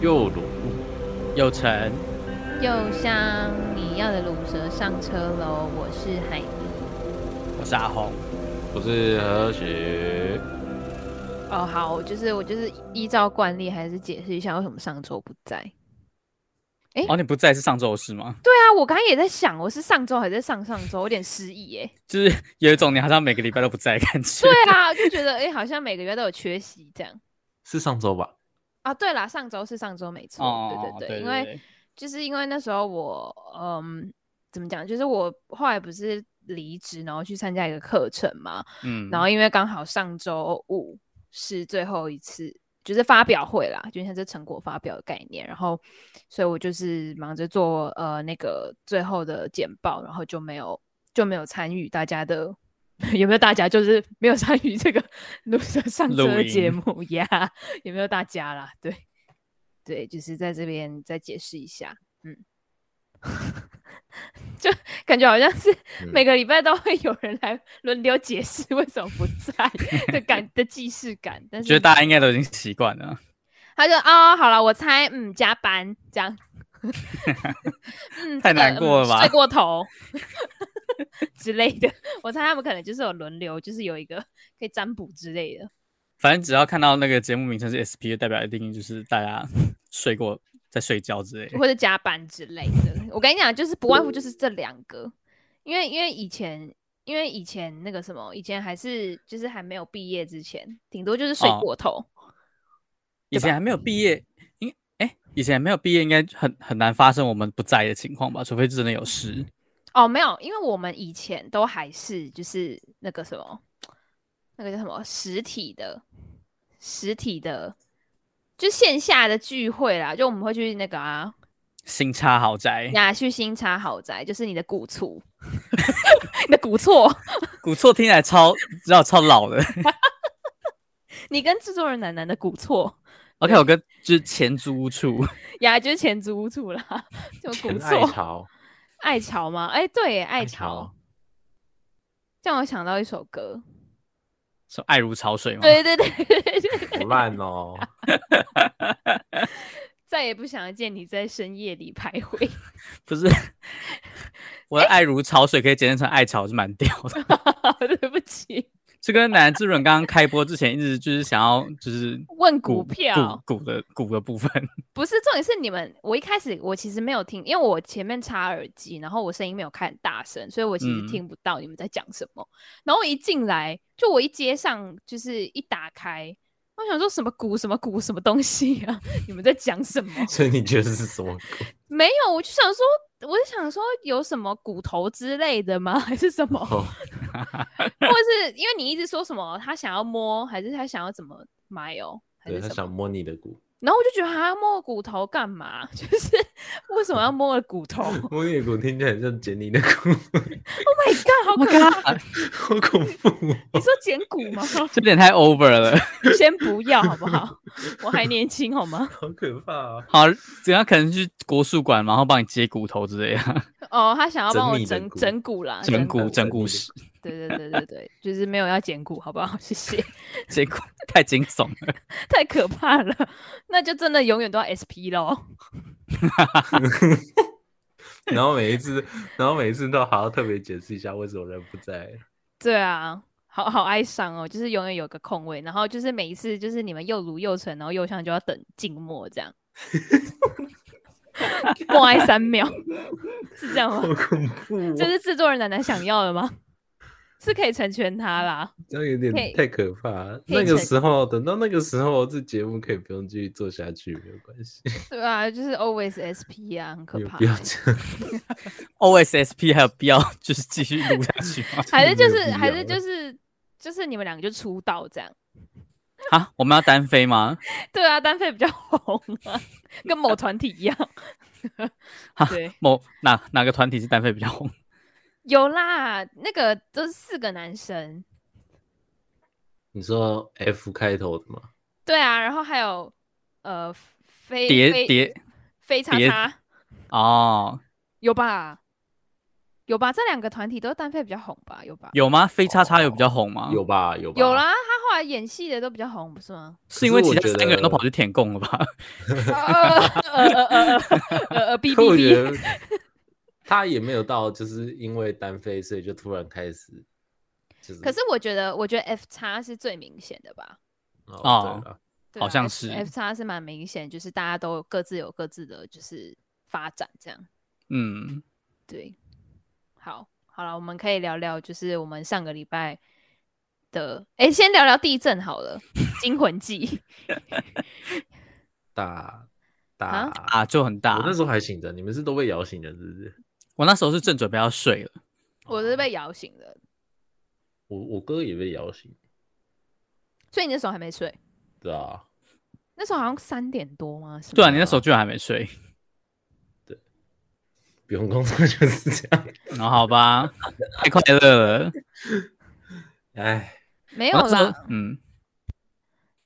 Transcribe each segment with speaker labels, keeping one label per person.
Speaker 1: 又鲁
Speaker 2: 又成，
Speaker 3: 又像你要的卤蛇上车喽！我是海迪。
Speaker 2: 我是阿红。
Speaker 1: 不是和谐。
Speaker 3: 哦，好，就是我就是依照惯例，还是解释一下为什么上周不在。诶
Speaker 2: 哦，你不在是上周的事吗？
Speaker 3: 对啊，我刚刚也在想，我是上周还是上上周，有点失忆耶。
Speaker 2: 就是有一种你好像每个礼拜都不在的感觉。
Speaker 3: 对啊，就觉得诶，好像每个月都有缺席这样。
Speaker 1: 是上周吧？
Speaker 3: 啊，对啦，上周是上周没 错，
Speaker 2: 哦，
Speaker 3: 对
Speaker 2: 对
Speaker 3: 对，因为就是因为那时候我，嗯，怎么讲？就是我后来不是离职，然后去参加一个课程嘛，
Speaker 2: 嗯，
Speaker 3: 然后因为刚好上周五是最后一次，就是发表会啦，就像这成果发表的概念，然后所以我就是忙着做呃那个最后的简报，然后就没有就没有参与大家的。 有没有大家就是没有参与这个录上上
Speaker 2: 录
Speaker 3: 车的节
Speaker 2: 音
Speaker 3: 目 呀有没有大家啦？对，对，就是在这边再解释一下，嗯，就感觉好像是
Speaker 1: 嗯
Speaker 3: 每个礼拜都会有人来轮流解释为什么不 在的感的既视感，但
Speaker 2: 觉得
Speaker 3: 是
Speaker 2: 大家应该都已经习惯了。
Speaker 3: 他就哦，好了，我猜，嗯，加班 这样，嗯，
Speaker 2: 太
Speaker 3: 这个
Speaker 2: 难过了
Speaker 3: 嗯
Speaker 2: 吧
Speaker 3: 睡过头 之类的，我猜他们可能就是有轮流，就是有一个可以占卜之类的，
Speaker 2: 反正只要看到那个节目名称是 SP，就代表一定就是大家 睡过在睡觉之类的。
Speaker 3: 或者加班之类的。我跟你讲，就是不外乎就是这两个，因为因为以前。因为以前那个什么，以前还是就是还没有毕业之前，顶多就是睡
Speaker 2: 哦
Speaker 3: 过头。
Speaker 2: 以前还没有毕业，应哎、以前还没有毕业，应该很很难发生我们不在的情况吧？除非真的有事。
Speaker 3: 哦，没有，因为我们以前都还是就是那个什么，那个叫什么实体的，实体的，就线下的聚会啦，就我们会去那个啊，
Speaker 2: 新差豪宅，
Speaker 3: 呀，去新茶豪宅，就是你的古厝， 你的古厝，
Speaker 2: 古厝听起来超，知道超老的。
Speaker 3: 你跟制作人楠楠的古厝
Speaker 2: OK，我跟就是前租屋处，
Speaker 3: 呀，就是前租屋处啦，就古
Speaker 1: 陈爱
Speaker 3: 厝，
Speaker 1: 潮，
Speaker 3: 爱巢吗？哎，对耶，爱
Speaker 1: 爱
Speaker 3: 巢，，这让我想到一首歌，
Speaker 2: 说爱如潮水嘛。
Speaker 3: 对对对对对对
Speaker 1: 好烂 哦！
Speaker 3: 再也不想见你在深夜里徘徊。
Speaker 2: 不是，我
Speaker 3: 哎
Speaker 2: 的爱如潮水可以简称成爱潮是蛮屌的。
Speaker 3: 哦 对不起，
Speaker 2: 这跟南志伦刚刚开播之前一直就是想要就是
Speaker 3: 问股票
Speaker 2: 股股的股的部分，
Speaker 3: 不是重点是你们，我一开始我其实没有听，因为我前面插耳机，然后我声音没有开很大声，所以我其实
Speaker 2: 嗯
Speaker 3: 听不到你们在讲什么。然后我一进来，就我一接上，就是一打开，我想说什么股什么股什么东西啊， 你们在讲什么？
Speaker 1: 所以你觉得是什么？
Speaker 3: 没有，我就想说，我就想说有什么骨头之类的吗？ 还是 什么？
Speaker 1: 哦
Speaker 3: 或者是因为你一直说什么他想要摸，还是他想要怎么买哦？还
Speaker 1: 对
Speaker 3: 是
Speaker 1: 他
Speaker 3: 什么？
Speaker 1: 想摸你的骨，
Speaker 3: 然后我就觉得他摸骨头干嘛？ 就是为什么要摸我的 骨头？Oh
Speaker 1: 摸你的骨听起来很像剪你的骨，
Speaker 3: my god，好
Speaker 2: Oh
Speaker 3: 可
Speaker 2: my
Speaker 3: 怕！
Speaker 1: 好恐怖
Speaker 3: 你
Speaker 1: 哦！
Speaker 3: 说剪骨吗？
Speaker 2: 这有点太 over 了。
Speaker 3: 先不要好不好？我还年轻好吗？
Speaker 1: 好可怕啊！
Speaker 2: 好，等下可能去国术馆，然后帮你接骨头之类的，
Speaker 3: 哦，他想要帮
Speaker 1: 整
Speaker 3: 我
Speaker 1: 你的
Speaker 3: 整
Speaker 1: 骨
Speaker 3: 整骨啦，
Speaker 2: 整
Speaker 1: 骨
Speaker 2: 骨整
Speaker 1: 整
Speaker 2: 骨
Speaker 1: 骨
Speaker 2: 师，
Speaker 3: 对对对对对，就是没有要剪骨，好不好？谢 谢，
Speaker 2: 结果太惊悚了。
Speaker 3: 太可怕了， 那就真的永远都要 SP 咯。
Speaker 1: 然后每一次，然后每一次都好好特别解释一下为什么人不在。
Speaker 3: 对啊，好好哀伤哦，就是永远有个空位，然后就是每一次就是你们又如又沉，然后又像就要等静默 这样，默哀三秒，是这样吗？
Speaker 1: 好恐怖、哦！
Speaker 3: 这是制作人奶奶想要的吗？ 是可以成全他啦。
Speaker 1: 这样有
Speaker 3: 可以
Speaker 1: 点太可怕了。
Speaker 3: 可以
Speaker 1: 那个
Speaker 3: 成
Speaker 1: 时候，等到那个时候，这节目可以不用继续做下去，没有关系，
Speaker 3: 对啊，就是 always SP 啊，很可
Speaker 1: 有
Speaker 3: 怕
Speaker 1: 必。要这样。
Speaker 2: OSSP 还有必要就是继续录下去吗？
Speaker 3: 还是就
Speaker 1: 真的没有
Speaker 3: 是
Speaker 1: 必
Speaker 3: 还
Speaker 1: 要
Speaker 3: 是
Speaker 1: 了
Speaker 3: 就是就是你们两个就出道这样。
Speaker 2: 啊，我们要单飞吗？
Speaker 3: 对啊，单飞比较红啊，跟某团体一样。
Speaker 2: 啊
Speaker 3: 对，
Speaker 2: 某哪哪个团体是单飞比较红？
Speaker 3: 有啦，那个都是四个男生。
Speaker 1: 你说 F 开头的吗？
Speaker 3: 对啊，然后还有呃飞
Speaker 2: 叠
Speaker 3: 飞
Speaker 2: 叠
Speaker 3: 飞叉
Speaker 2: 叠
Speaker 3: 叉
Speaker 2: 哦，
Speaker 3: 有吧？有吧？这两个团体都是单飞比较红吧？有吧？
Speaker 2: 有吗？飞叉叉有比较红吗？
Speaker 1: 有吧，有吧，
Speaker 3: 啊有啦，他后来演戏的都比较红，不是吗？
Speaker 2: 是因为
Speaker 1: 可是
Speaker 2: 其
Speaker 1: 我
Speaker 2: 他
Speaker 1: 觉
Speaker 2: 三个人
Speaker 1: 得
Speaker 2: 都跑去舔供了吧？
Speaker 3: 呃呃呃呃呃呃哔
Speaker 1: 可
Speaker 3: 哔
Speaker 1: 我觉
Speaker 3: 哔，
Speaker 1: 得他也没有到，就是因为单飞，所以就突然开始，就是
Speaker 3: 可是我觉得，我觉得 F 叉是最明显的吧。
Speaker 1: 哦
Speaker 2: 哦
Speaker 1: 对了，
Speaker 3: 对
Speaker 2: 好
Speaker 3: 啊
Speaker 2: 像
Speaker 3: F-
Speaker 2: 是
Speaker 3: F 叉是蛮明显，就是大家都各自有各自的就是发展这样。
Speaker 2: 嗯，
Speaker 3: 对，好，好了，我们可以聊聊，就是我们上个礼拜的，哎、先聊聊地震好了，《惊魂记》
Speaker 1: 大大
Speaker 3: 啊
Speaker 2: 啊，就很大。
Speaker 1: 我那时候还醒着，你们是都被摇醒的，是不是？
Speaker 2: 我那时候是正准备要睡了，
Speaker 3: 我
Speaker 2: 哦
Speaker 3: 是被摇醒的，
Speaker 1: 我我哥也被摇醒，
Speaker 3: 所以你那时候还没睡，
Speaker 1: 对啊，
Speaker 3: 那时候好像三点多吗？是
Speaker 2: 对啊，
Speaker 3: 吗
Speaker 2: 你那时候居然还没睡，
Speaker 1: 不用工作就是这样。
Speaker 2: 然后好吧， 太快乐了。
Speaker 1: 哎，
Speaker 3: 没有
Speaker 2: 我那时候
Speaker 3: 啦，
Speaker 2: 嗯，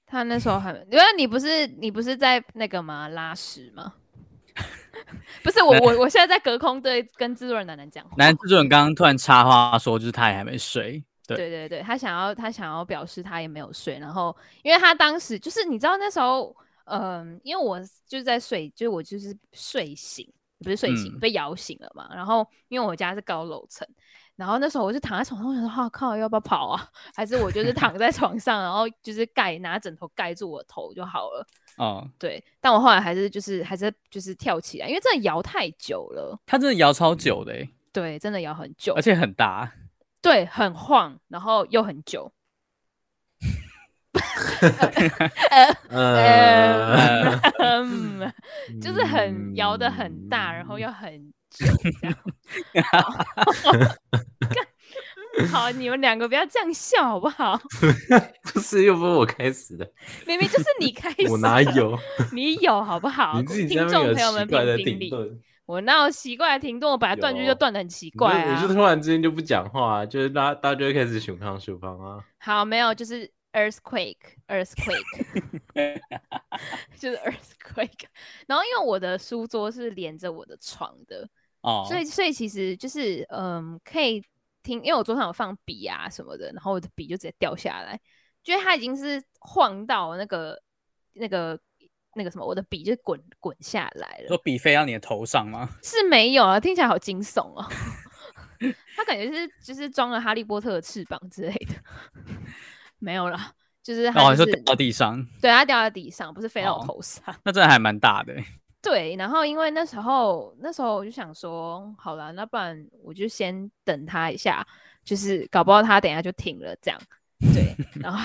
Speaker 3: 他那时候还，因为你不是你不是在那个吗？拉屎吗？ 不是我我我现在在隔空对跟制作人楠楠讲话，
Speaker 2: 男制作人刚刚突然插话说，就是他也还没睡。对，
Speaker 3: 对对对，他想要他想要表示他也没有睡，然后因为他当时就是你知道那时候，嗯、因为我就是在睡，就是我就是睡醒，不是睡醒、
Speaker 2: 嗯
Speaker 3: 被摇醒了嘛，然后因为我家是高楼层。然后那时候我就躺在床上，我想说：“啊、靠，要不要跑啊？ 还是 我就是躺在床上，然后就是盖拿枕头盖住我头就好了。
Speaker 2: 哦，”
Speaker 3: 对，但我后来还是就是还是就是跳起来，因为真的摇太久了，
Speaker 2: 他真的摇超久的欸，
Speaker 3: 对，真的摇很久
Speaker 2: 而，且很 大。
Speaker 3: 对，很晃，然后又很久。
Speaker 1: 呃，
Speaker 3: 呃，嗯，就是很摇的很大，然后
Speaker 1: 嗯
Speaker 3: 又很久这样。干 好，你们两个不要这样笑好不好？
Speaker 1: 不是又不是我开始的，
Speaker 3: 明明就是你开始，
Speaker 1: 我哪？有？
Speaker 3: 你有好不 好？
Speaker 1: 你自己
Speaker 3: 听
Speaker 1: 在那边
Speaker 3: 众
Speaker 1: 有
Speaker 3: 朋友们
Speaker 1: 奇
Speaker 3: 评
Speaker 1: 怪的
Speaker 3: 评
Speaker 1: 停
Speaker 3: 理。
Speaker 1: 顿，
Speaker 3: 我哪有奇怪的停顿？我本来断句就
Speaker 1: 有
Speaker 3: 断的很奇
Speaker 1: 你就
Speaker 3: 怪
Speaker 1: 你
Speaker 3: 啊
Speaker 1: 就。突然之间就不讲话、啊就是大家大家就会开始熊康熊康啊，
Speaker 3: 好，没有，就是 earthquake，earthquake，就是 earthquake。然后因为我的书桌是连着我的床的，
Speaker 2: 哦，
Speaker 3: 所以所以其实就是嗯，可以听，因为我桌上有放笔啊什么的，然后我的笔就直接掉下来，就是它已经是晃到那个那个那个什么，我的笔就滚滚下来了
Speaker 2: 说，笔飞到你的头上吗？
Speaker 3: 是没有啊，听起来好惊悚哦。 他感觉是就是装了哈利波特的翅膀之类的， 没有啦，就是
Speaker 2: 哦，
Speaker 3: 它
Speaker 2: 你
Speaker 3: 就
Speaker 2: 说
Speaker 3: 是、
Speaker 2: 掉到地上，
Speaker 3: 对它掉在地上，不是飞到我
Speaker 2: 哦
Speaker 3: 头上。
Speaker 2: 那真的还蛮大的欸。
Speaker 3: 对，然后因为那时候那时候我就想说，好啦，那不然我就先等他一下，就是搞不好他等一下就停了这样。 对，然后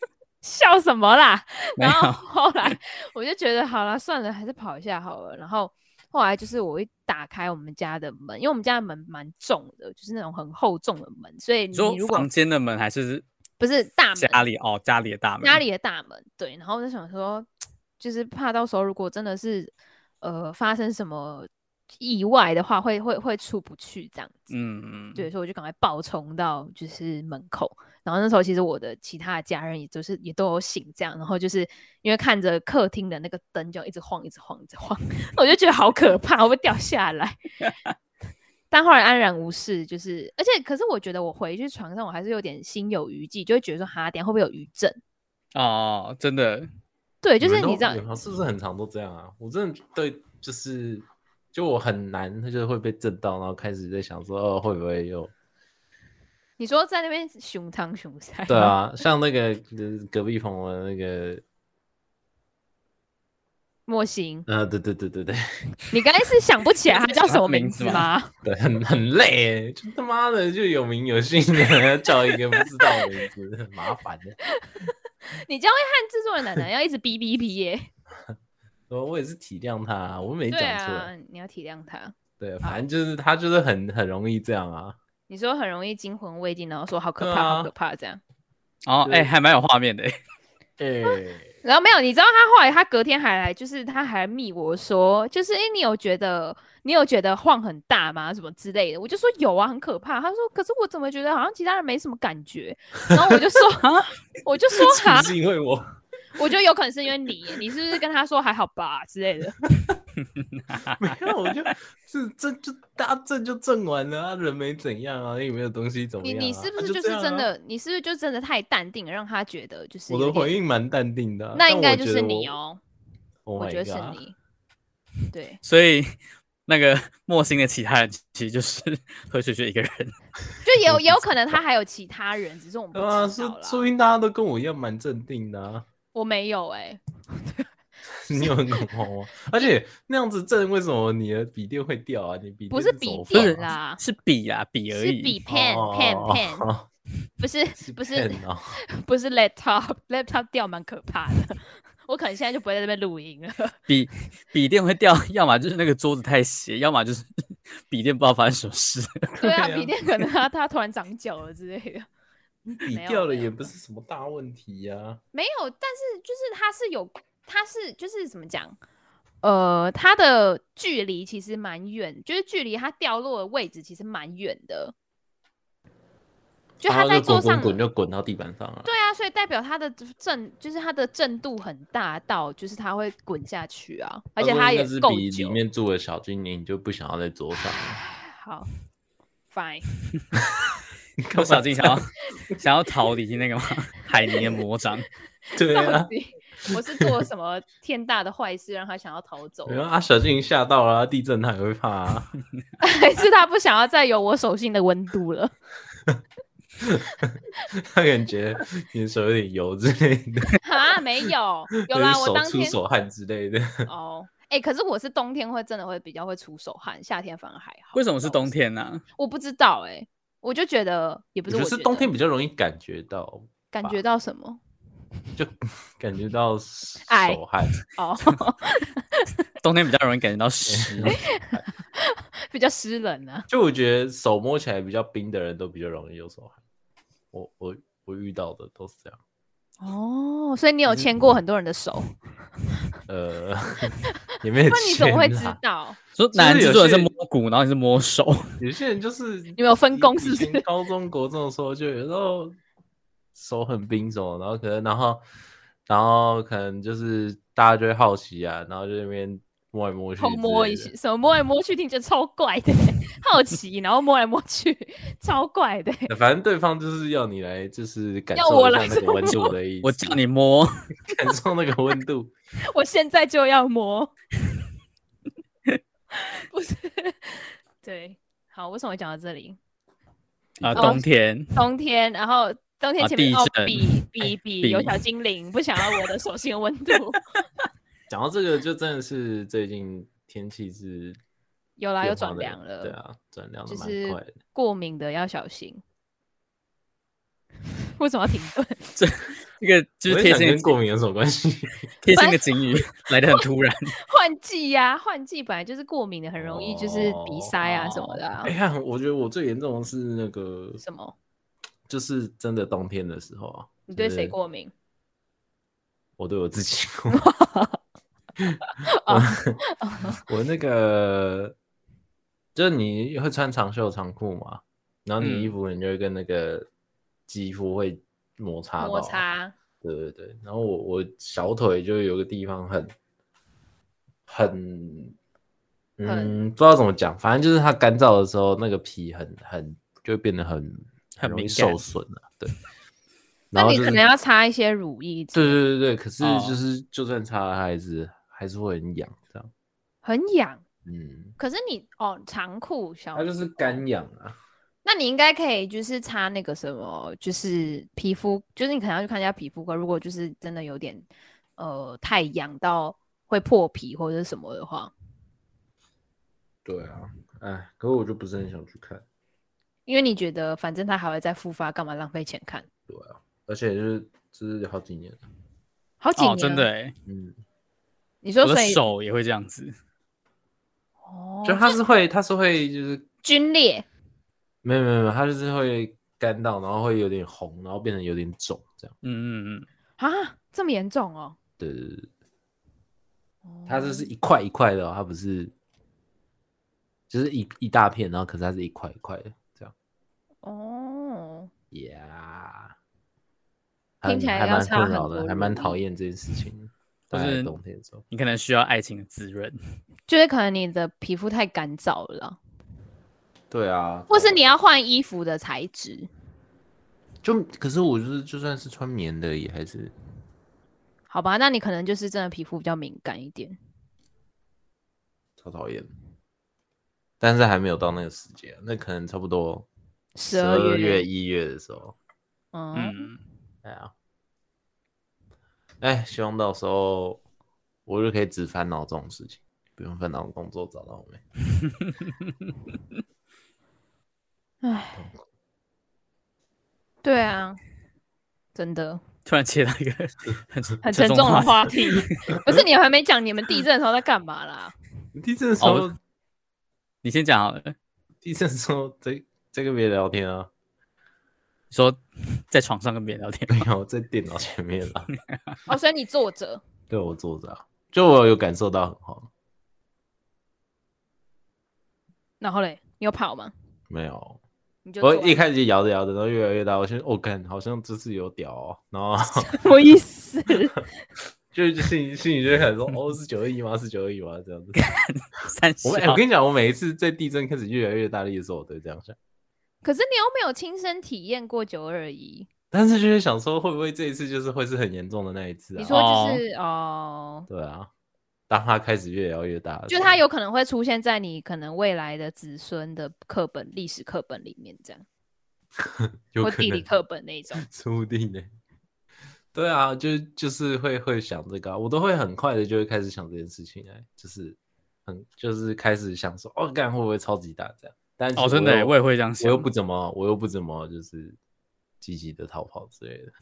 Speaker 3: 笑什么啦？
Speaker 2: 没
Speaker 3: 然后
Speaker 2: 有，
Speaker 3: 后 来我就觉得好了，算了，还是跑一下好了。然后后来就是我一打开我们家的门，因为我们家的门蛮重的，就是那种很厚重的门，所以
Speaker 2: 你
Speaker 3: 你
Speaker 2: 说
Speaker 3: 如果
Speaker 2: 房间的门还是
Speaker 3: 不是大门，
Speaker 2: 家里哦，家里的大门，
Speaker 3: 家里的大门，对。然后我就想说，就是怕到时候如果真的是呃发生什么意外的话，会会会出不去这样子。
Speaker 2: 嗯，嗯，
Speaker 3: 对，所以我就赶快暴冲到就是门口，然后那时候其实我的其他的家人也就是也都有醒这样，然后就是因为看着客厅的那个灯就一直晃，一直晃，一直晃， 我就觉得好可怕，我会掉下 来。但后来安然无事，就是而且可是我觉得我回去床上我还是有点心有余悸，就会觉得说哈，等一下会不会有余震？
Speaker 2: 哦，真的，
Speaker 3: 对，就是
Speaker 1: 们都
Speaker 3: 你知道，
Speaker 1: 们是不是很常都这样啊？我真的对，就是就我很难，他就是会被震到，然后开始在想说，哦，会不会又
Speaker 3: 你说在那边熊汤熊塞，
Speaker 1: 对，啊？像那个呃隔壁棚的那个，
Speaker 3: 莫行，
Speaker 1: 呃，对对对对对
Speaker 3: 你刚才是想不起来他叫
Speaker 2: 想
Speaker 3: 什
Speaker 2: 他
Speaker 3: 么
Speaker 2: 名
Speaker 3: 名
Speaker 2: 字
Speaker 3: 字
Speaker 2: 吗
Speaker 3: 吗？
Speaker 1: 对，很很累欸，就他妈的就有名有姓的，要叫一个不知道的名字，很麻烦的。
Speaker 3: 你这样会害制作人奶奶要一直哔哔哔耶。
Speaker 1: 我我也是体谅他啊，我没讲
Speaker 3: 对
Speaker 1: 错。
Speaker 3: 啊，你要体谅他。
Speaker 1: 对，反正就是他就是很很容易这样啊。
Speaker 3: 你说很容易惊魂未定，然后说好可怕，
Speaker 1: 对啊
Speaker 3: 好可怕这样。
Speaker 2: 哦，哎，
Speaker 1: 对
Speaker 2: 还蛮有画面的欸。
Speaker 1: 哎、
Speaker 3: 然后没有，你知道他后来他隔天还来，就是他还密我说，就是哎、诶你有觉得你有觉得晃很大吗？什么之类的，我就说有啊，很可怕。他说可是我怎么
Speaker 1: 啊
Speaker 3: 觉得好像其他人没什么感觉，然后我就说我就说哈，
Speaker 1: 是因为我
Speaker 3: 我觉得有可能是因为你，你是不是跟他说还好吧之类的？
Speaker 1: 没有， 我就是这就大家挣就挣完了，啊，人没怎样啊，也没有东西怎么
Speaker 3: 你
Speaker 1: 样啊、
Speaker 3: 你是不是
Speaker 1: 啊就
Speaker 3: 就是
Speaker 1: 这样啊
Speaker 3: 真的？你是不是就真的太淡定了，让他觉得就是
Speaker 1: 我的
Speaker 3: 有点
Speaker 1: 回应蛮淡定的啊、
Speaker 3: 那
Speaker 1: 但
Speaker 3: 应该
Speaker 1: 我
Speaker 3: 就
Speaker 1: 觉
Speaker 3: 是
Speaker 1: 得
Speaker 3: 你哦，
Speaker 1: 我 Oh
Speaker 3: 我
Speaker 1: my
Speaker 3: 觉得是
Speaker 1: God
Speaker 3: 你。对，
Speaker 2: 所以那个莫星的其他人其实就是 何雪雪一个人。
Speaker 3: 就也有也有可能他还有其他人，只是我们不
Speaker 1: 对啊，
Speaker 3: 知
Speaker 1: 说
Speaker 3: 道啦。
Speaker 1: 说不定大家都跟我一样蛮镇定的、啊，
Speaker 3: 我没有哎、
Speaker 1: 你有很恐慌吗？而且那样子震，为什么你的笔电会掉啊？你笔
Speaker 3: 不
Speaker 1: 电怎
Speaker 3: 是笔
Speaker 1: 么
Speaker 2: 电
Speaker 1: 放啊
Speaker 3: 啦，
Speaker 2: 是笔啊，笔而
Speaker 3: 是
Speaker 2: 已。
Speaker 3: 笔 pen
Speaker 1: 哦
Speaker 3: pen
Speaker 1: 哦
Speaker 3: pen，
Speaker 1: 哦
Speaker 3: 不是不是
Speaker 1: ，pen 哦
Speaker 3: 不是 laptop laptop 掉蛮可怕的， 我可能现在就不会在这边录音了。
Speaker 2: 笔笔电会掉，要么就是那个桌子太斜，要么就是 笔电不知道发生什么事。
Speaker 3: 对啊，
Speaker 1: 对啊
Speaker 3: 笔电可能它它突然长脚了之类的，
Speaker 1: 笔
Speaker 3: 没有
Speaker 1: 掉了
Speaker 3: 没有
Speaker 1: 也不是什么大问题呀、
Speaker 3: 没有，但是就是它是有，它是就是怎么讲？呃，它的距离其实蛮远，就是距离它掉落的位置其实蛮远的，就它
Speaker 1: 然后
Speaker 3: 在
Speaker 1: 就
Speaker 3: 桌
Speaker 1: 啊滚
Speaker 3: 上
Speaker 1: 滚滚就滚到地板上了。
Speaker 3: 对啊，所以代表它的震，就是它的震度很大到，就是它会滚下去啊，而且
Speaker 1: 他
Speaker 3: 它也
Speaker 1: 是
Speaker 3: 够
Speaker 1: 比里
Speaker 3: 久。
Speaker 1: 面住的小精灵就不想要在桌上 了。
Speaker 3: 好，fine，
Speaker 2: 我小金想要想要逃离那个吗？海尼的魔掌，
Speaker 1: 对
Speaker 3: 到
Speaker 1: 啊，
Speaker 3: 底 我是做了什么天大的坏事，让他想要逃走？
Speaker 1: 然后啊，小精灵吓到了，地震他也会怕啊。
Speaker 3: 还是他不想要再有我手心的温度了？
Speaker 1: 他感觉你的手有点油之类的，
Speaker 3: 啊，没有，
Speaker 1: 或
Speaker 3: 有
Speaker 1: 者
Speaker 3: 啦，
Speaker 1: 是
Speaker 3: 我
Speaker 1: 手
Speaker 3: 当
Speaker 1: 出
Speaker 3: 天
Speaker 1: 手汗之类的。
Speaker 3: 哦，哎、可是我是冬天会真的会比较会出手汗，夏天反而还好。
Speaker 2: 为什么是冬
Speaker 3: 天？
Speaker 2: 天呢、
Speaker 3: 我不知道哎、我就觉得也不
Speaker 1: 我
Speaker 3: 是
Speaker 1: 觉
Speaker 3: 我
Speaker 1: 得是
Speaker 3: 觉得
Speaker 1: 冬天比较容易感觉到，
Speaker 3: 感觉到什么
Speaker 1: 就感觉到
Speaker 3: 哎
Speaker 1: 手 汗，
Speaker 3: 哦，
Speaker 2: 冬天比较容易感觉到湿。哦
Speaker 3: 比较湿 冷啊。
Speaker 1: 就我觉得手摸起来比较冰的人都比较容易有手汗。我我我遇到的都是这样。
Speaker 3: 哦，所以你有牵过很多人的手，
Speaker 1: 嗯呃， 也没有
Speaker 3: 那你怎么会知
Speaker 1: 钱啦
Speaker 3: 道？
Speaker 2: 说
Speaker 1: 其实
Speaker 2: 男制
Speaker 1: 有
Speaker 2: 作人是
Speaker 1: 些
Speaker 2: 摸骨，然后你是摸手，
Speaker 1: 有些人就是你
Speaker 3: 们有分工是不是
Speaker 1: 高中国中的时候，就有时候手很冰什么，然后可能然后然后可能就是大家就会好奇啊，然后就在那边摸来摸去之
Speaker 3: 偷
Speaker 1: 类的，
Speaker 3: 摸一些，什么摸来摸去，听着超怪的 欸、好奇，然后摸来摸去， 超怪的欸、
Speaker 1: 反正对方就是要你来，就是感
Speaker 3: 要
Speaker 1: 受
Speaker 3: 我
Speaker 1: 一下
Speaker 3: 来
Speaker 1: 那个温度的意思。
Speaker 2: 我叫你
Speaker 1: 哦
Speaker 2: 摸，
Speaker 1: 感受那个温度，
Speaker 3: 我现在就要 摸，不是，对，好，为什么会讲到这里？
Speaker 2: 啊、
Speaker 3: 哦
Speaker 2: 冬天。
Speaker 3: 冬天，然后冬天
Speaker 2: 啊
Speaker 3: 前面、哦
Speaker 2: 地震
Speaker 3: 比
Speaker 1: 哎
Speaker 3: 比比
Speaker 2: 比
Speaker 3: 有小精灵不想要我的手心的温 度，
Speaker 1: 讲到这个就真的是最近天气是
Speaker 3: 有啦，有
Speaker 1: 变化
Speaker 3: 转
Speaker 1: 得
Speaker 3: 凉了，
Speaker 1: 对啊，转凉的
Speaker 3: 就
Speaker 1: 蛮
Speaker 3: 是
Speaker 1: 快的。
Speaker 3: 过敏的要小心。 为什么要停顿？
Speaker 2: 这个就
Speaker 1: 我在
Speaker 2: 是贴
Speaker 1: 想
Speaker 2: 心的
Speaker 1: 跟过敏有什么关系？
Speaker 2: 贴心的警语 来的很 突然，
Speaker 3: 换季呀、换季本来就是过敏的，很容易就是鼻塞啊什么的、啊
Speaker 1: 哦哎。呀，我觉得我最严重的是那个，
Speaker 3: 什么？
Speaker 1: 就是真的冬天的时候啊。
Speaker 3: 你对谁
Speaker 1: 就是
Speaker 3: 过敏？
Speaker 1: 我对我自己 过敏。
Speaker 3: 哦
Speaker 1: 我 我那个，就是你会穿长袖长裤嘛，然后你
Speaker 2: 嗯
Speaker 1: 衣服你就会跟那个肌肤会摩擦到
Speaker 3: 摩。擦
Speaker 1: 对对对，然后我我小腿就有个地方很很嗯，不知道怎么讲，反正就是它干燥的时候，那个皮很很就会变得很
Speaker 2: 很
Speaker 1: 容易
Speaker 2: 敏
Speaker 1: 受
Speaker 2: 感
Speaker 1: 损了、对，
Speaker 3: 那
Speaker 1: 然后
Speaker 3: 你
Speaker 1: 就
Speaker 3: 可
Speaker 1: 是
Speaker 3: 能要擦一些乳液之类的，
Speaker 1: 对对对对，可是
Speaker 2: 哦
Speaker 1: 就是就算擦了它还是还是会很痒，这样，
Speaker 3: 很痒。
Speaker 1: 嗯，
Speaker 3: 可是你哦，长裤小，
Speaker 1: 它就是干痒啊，
Speaker 3: 那你应该可以就是擦那个什么，就是皮肤，就是你可能要去看一下皮肤科，如果就是真的有点呃太痒到会破皮或者是什么的话，
Speaker 1: 对啊，哎，可是我就不是很想去看，
Speaker 3: 因为你觉得反正它还会再复发，干嘛浪费钱看？
Speaker 1: 而且就是就是好几年了，
Speaker 3: 好几年、
Speaker 2: 哦，真的，哎，
Speaker 1: 嗯，
Speaker 3: 你
Speaker 2: 我
Speaker 3: 说
Speaker 2: 的
Speaker 3: 所以
Speaker 2: 手也会这样子，
Speaker 3: 哦，
Speaker 1: 就它是会它是会就是
Speaker 3: 皲裂
Speaker 1: 没有没有没有，它就是会干到，然后会有点红，然后变成有点肿这样。
Speaker 2: 嗯嗯嗯，
Speaker 3: 啊，这么严重哦？
Speaker 1: 对对对，它就是一块一块的、哦，它不是，就是一一大片，然后可是它是一块一块的这样。
Speaker 3: 哦，
Speaker 1: 呀、yeah，
Speaker 3: 听起来
Speaker 1: 还
Speaker 3: 要
Speaker 1: 蛮
Speaker 3: 差
Speaker 1: 困
Speaker 3: 很
Speaker 1: 扰
Speaker 3: 多
Speaker 1: 的，还
Speaker 3: 人哦
Speaker 1: 蛮讨厌这件事情的。
Speaker 2: 就
Speaker 1: 大概
Speaker 2: 是
Speaker 1: 冬天的时候，
Speaker 2: 你可能需要爱情的滋润，
Speaker 3: 就是可能你的皮肤太干燥了，
Speaker 1: 对啊，
Speaker 3: 或是
Speaker 1: 对啊
Speaker 3: 你要换衣服的材质，
Speaker 1: 就可是我就是就算是穿棉的也还是
Speaker 3: 好吧？那你可能就是真的皮肤比较敏感一点。
Speaker 1: 超讨厌，但是还没有到那个时间，那可能差不多
Speaker 3: 十二
Speaker 1: 二
Speaker 3: 月
Speaker 1: 月一月的时候，
Speaker 3: 嗯，
Speaker 2: 嗯，
Speaker 1: 哎呀，哎，希望到时候我就可以只烦恼这种事情，不用烦恼工作找到我没。
Speaker 3: 唉，对啊，真 的
Speaker 2: 突然切到一个 很
Speaker 3: 很沉重
Speaker 2: 重
Speaker 3: 的
Speaker 2: 题
Speaker 3: 话题。不是你还没讲你们地震的时候在干嘛啦？
Speaker 1: 地震的时候，
Speaker 2: 哦你先讲好了，
Speaker 1: 地震的时候在 在跟别人聊天啊，
Speaker 2: 说在床上跟别人聊 天，
Speaker 1: 没有在电脑前面 啊，
Speaker 3: 哦，所以你坐着，
Speaker 1: 对我坐着啊， 就我有感受到很好，
Speaker 3: 然后嘞，你有跑吗？
Speaker 1: 没有，
Speaker 3: 你就
Speaker 1: 我
Speaker 3: 坐
Speaker 1: 一
Speaker 3: 啊
Speaker 1: 开始就摇着摇着，然后越来越大，我先我看、好像这次有屌、哦，然后
Speaker 3: 什么意 思？
Speaker 1: 就就心里心里就会开始说，哦是九二一吗？是九二一吗？这 样子。
Speaker 2: 三
Speaker 1: 我
Speaker 2: 小
Speaker 1: 们、哎，我跟你讲，我每一次在地震开始越来越大力的时候，我都会这样想。
Speaker 3: 可是你又没有亲身体验过九二一，
Speaker 1: 但是就是想说，会不会这一次就是会是很严重的那一次
Speaker 3: 你
Speaker 1: 啊？
Speaker 3: 说就是哦，
Speaker 1: 对啊，当它开始越聊越大的时候，
Speaker 3: 就它有可能会出现在你可能未来的子孙的课本、历史课本里面这样，
Speaker 1: 有
Speaker 3: 或
Speaker 1: 可
Speaker 3: 地理
Speaker 1: 能，
Speaker 3: 课本那一种。
Speaker 1: 说不定呢、对啊，就就是会会想这个啊、我都会很快的就会开始想这件事情哎、就是很就是开始想说，哦，干会不会超级大这样？但
Speaker 2: 哦，真的耶，我
Speaker 1: 我
Speaker 2: 也会这样
Speaker 1: 我
Speaker 2: 想，
Speaker 1: 又不怎么，我又不怎么就是积极的逃跑之类的。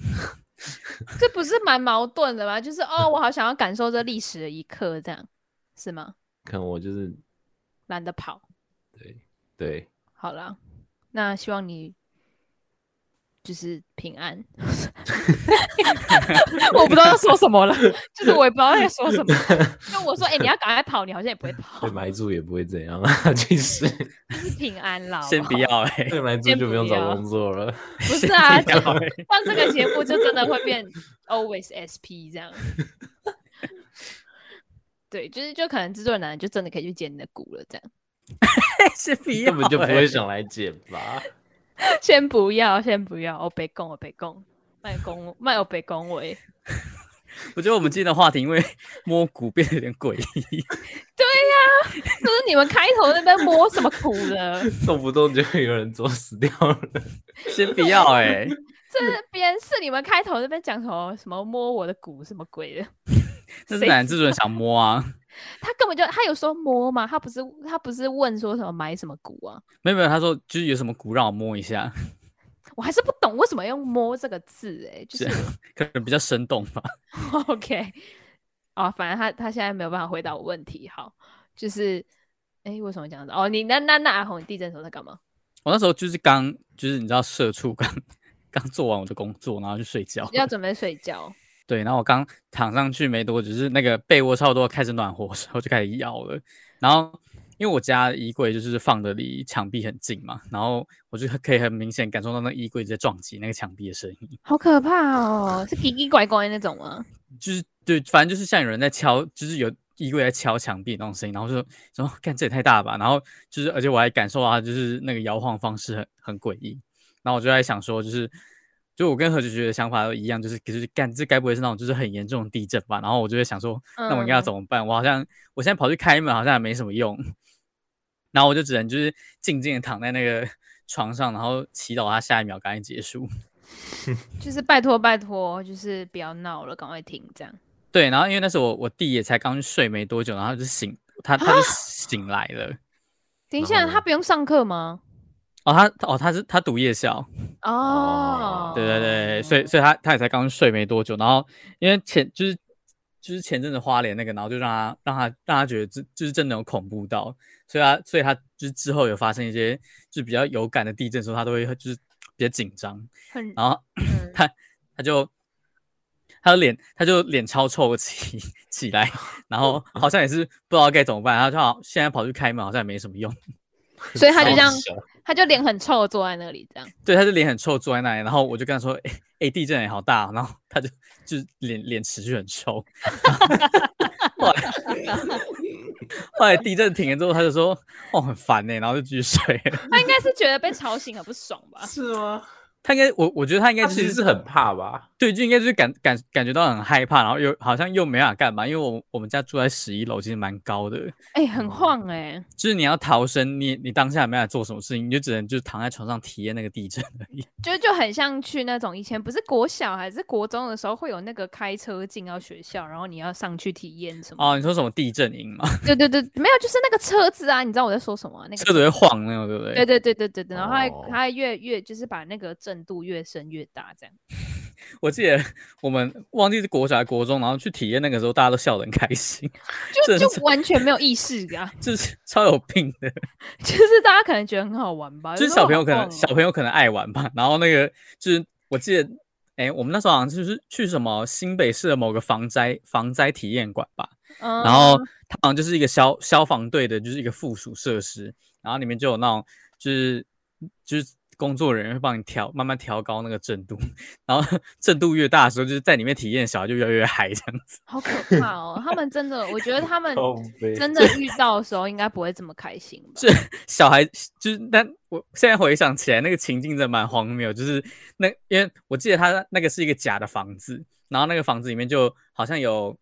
Speaker 3: 这不是蛮矛盾的吗？就是哦，我好想要感受这历史的一刻，这样是吗？
Speaker 1: 可能我就是
Speaker 3: 懒得跑，
Speaker 1: 对对，
Speaker 3: 好啦，那希望你就是平安。 我不知道要说什么了，就是我也不知道在说什么。就我说，哎、你要赶快跑，你好像也不会跑
Speaker 1: 被，埋住也不会怎样啊， 其实
Speaker 3: 就是平安啦。好
Speaker 2: 先
Speaker 3: 好
Speaker 2: 不，要哎，
Speaker 1: 被埋住
Speaker 3: 先
Speaker 1: 就不
Speaker 3: 不
Speaker 1: 用
Speaker 3: 要
Speaker 1: 找工作了。
Speaker 3: 不是啊，
Speaker 2: 先不要
Speaker 3: 像
Speaker 2: 欸
Speaker 3: 这个节目就真的会变 always SP 这样。 对，就是就可能制作人就真的可以去捡你的骨了，这样。
Speaker 2: 先不要，
Speaker 1: 根本就不
Speaker 3: 欸
Speaker 1: 会。想来剪吧。
Speaker 3: 先不要，先不要，我别供，我别供，卖恭卖我别恭维。
Speaker 2: 我觉得我们今天的话题因为摸骨变得有点诡异，
Speaker 3: 就是你们开头那边摸什么苦了？
Speaker 1: 动不动就会有人作死掉了。
Speaker 2: 先不要哎，
Speaker 3: 这边是你们开头那边讲什么什么摸我的骨什么鬼的？
Speaker 2: 这是
Speaker 3: 谁
Speaker 2: 男制作人想摸啊，
Speaker 3: 他根本就他有说摸吗？他不是他不是问说什么买什么骨啊？
Speaker 2: 没有没有，他说就是有什么骨让我摸一下，
Speaker 3: 我还是不懂为什么要用摸这个字哎、就是
Speaker 2: 是可能比较生动吧。
Speaker 3: OK 哦，反正他他现在没有办法回答我问题。好，就是哎、为什么讲到哦？你那那那阿红，你地震的时候在干嘛？
Speaker 2: 我那时候就是刚就是你知道社畜刚刚做完我的工作，然后去睡觉，
Speaker 3: 要准备睡觉。
Speaker 2: 对，然后我刚躺上去没多久，就是那个被窝差不多开始暖和的时候就开始摇了。然后因为我家的衣柜就是放的离墙壁很近嘛，然后我就可以很明显感受到那衣柜在撞击那个墙壁的声音，
Speaker 3: 好可怕哦！是奇奇怪怪那种吗？
Speaker 2: 就是对，反正就是像有人在敲，就是有衣柜在敲墙壁那种声音，然后就说说干这也太大吧，然后就是而且我还感受到它就是那个摇晃方式很很诡异，然后我就在想说就是。就我跟何菊菊的想法都一样，就是就是干这该不会是那种就是很严重的地震吧？然后我就会想说， 那我应该要
Speaker 3: 嗯
Speaker 2: 怎么办？我好像我现在跑去开门，好像也没什么用。 然后我就只能就是静静的躺在那个床上，然后祈祷它下一秒赶紧结束。
Speaker 3: 就是拜托拜托，就是不要闹了，赶快停这样。
Speaker 2: 对，然后因为那时候我我弟也才刚睡没多久，然后他就醒，他他就醒来了。
Speaker 3: 等一
Speaker 1: 然
Speaker 3: 下，
Speaker 1: 后呢
Speaker 3: 他不用上课吗？
Speaker 2: 哦，他哦他是他读夜校，
Speaker 3: 哦，
Speaker 2: 对对对，所以所以他他也才刚睡没多久，然后因为前就是就是前阵子花莲那个，然后就让他让他让他觉得这就是真的有恐怖到，所以他所以他就是之后有发生一些就是比较有感的地震的时候，他都会就是比较紧张，
Speaker 3: 很
Speaker 2: 然后
Speaker 3: 嗯
Speaker 2: 他他就他就脸他就脸超臭起起来，然后好像也是不知道该怎么办，然后就好现在跑去开门好像也没什么用，
Speaker 3: 所以他就这样
Speaker 1: 超小
Speaker 3: 他就脸很臭地坐在那 里这样。
Speaker 2: 对，他就脸很臭坐在那里，然后我就跟他说：“哎、欸地震也好大哦。”然后他就就是脸脸持续很臭。 后来后来地震停了之后，他就说：“哦，很烦呢、然后就继续睡了。
Speaker 3: 他应该是觉得被吵醒很不爽 吧？
Speaker 1: 是吗？
Speaker 2: 他应该，我我觉得他应该
Speaker 1: 他
Speaker 2: 就
Speaker 1: 其
Speaker 2: 是
Speaker 1: 实是很怕吧？
Speaker 2: 对，就应该就是感感感觉到很害怕，然后又好像又没办法干嘛，因为我我们家住在十一楼，其实蛮高的，
Speaker 3: 哎、
Speaker 2: 哦
Speaker 3: 很晃哎、
Speaker 2: 就是你要逃生，你你当下也没办法做什么事情，你就只能就躺在床上体验那个地震而已。
Speaker 3: 就就很像去那种以前不是国小还是国中的时候会有那个开车进到学校，然后你要上去体验什么？
Speaker 2: 哦，你说什么地震营嘛，
Speaker 3: 对对对，没有，就是那个车子啊，你知道我在说什么啊、那个
Speaker 2: 车子会晃那种，对不对？
Speaker 3: 对对对对对对，然后它还
Speaker 1: 哦
Speaker 3: 它还越越就是把那个震度越升越大，这样
Speaker 2: 我记得我们忘记是国小还是国中，然后去体验那个时候，大家都笑得很开心，
Speaker 3: 就
Speaker 2: 真
Speaker 3: 就是完全没有意识啊，
Speaker 2: 就是 超有病的。
Speaker 3: 就是大家可能觉得很好玩吧，
Speaker 2: 就是
Speaker 3: 有时候
Speaker 2: 小朋友
Speaker 3: 好
Speaker 2: 可能
Speaker 3: 逛哦
Speaker 2: 小朋友可能爱玩吧，然后那个就是我记得，哎、我们那时候好像就是去什么新北市的某个防灾防灾体验馆吧，
Speaker 3: 嗯
Speaker 2: 然后它好像就是一个消消防队的，就是一个附属设施，然后里面就有那种就是就是工作人员会帮你调慢慢调高那个震度， 然后震度越大的时候，就是在里面体验的小孩就越来越嗨这样子。
Speaker 3: 好可怕哦，他们真的，我觉得他们
Speaker 1: 靠背
Speaker 3: 真的遇到的时候应该不会这么开心吧？
Speaker 2: 小孩就是，但我现在回想起来，那个情境真的蛮荒谬。就是那，因为我记得他那个是一个假的房子，然后那个房子里面就好像有，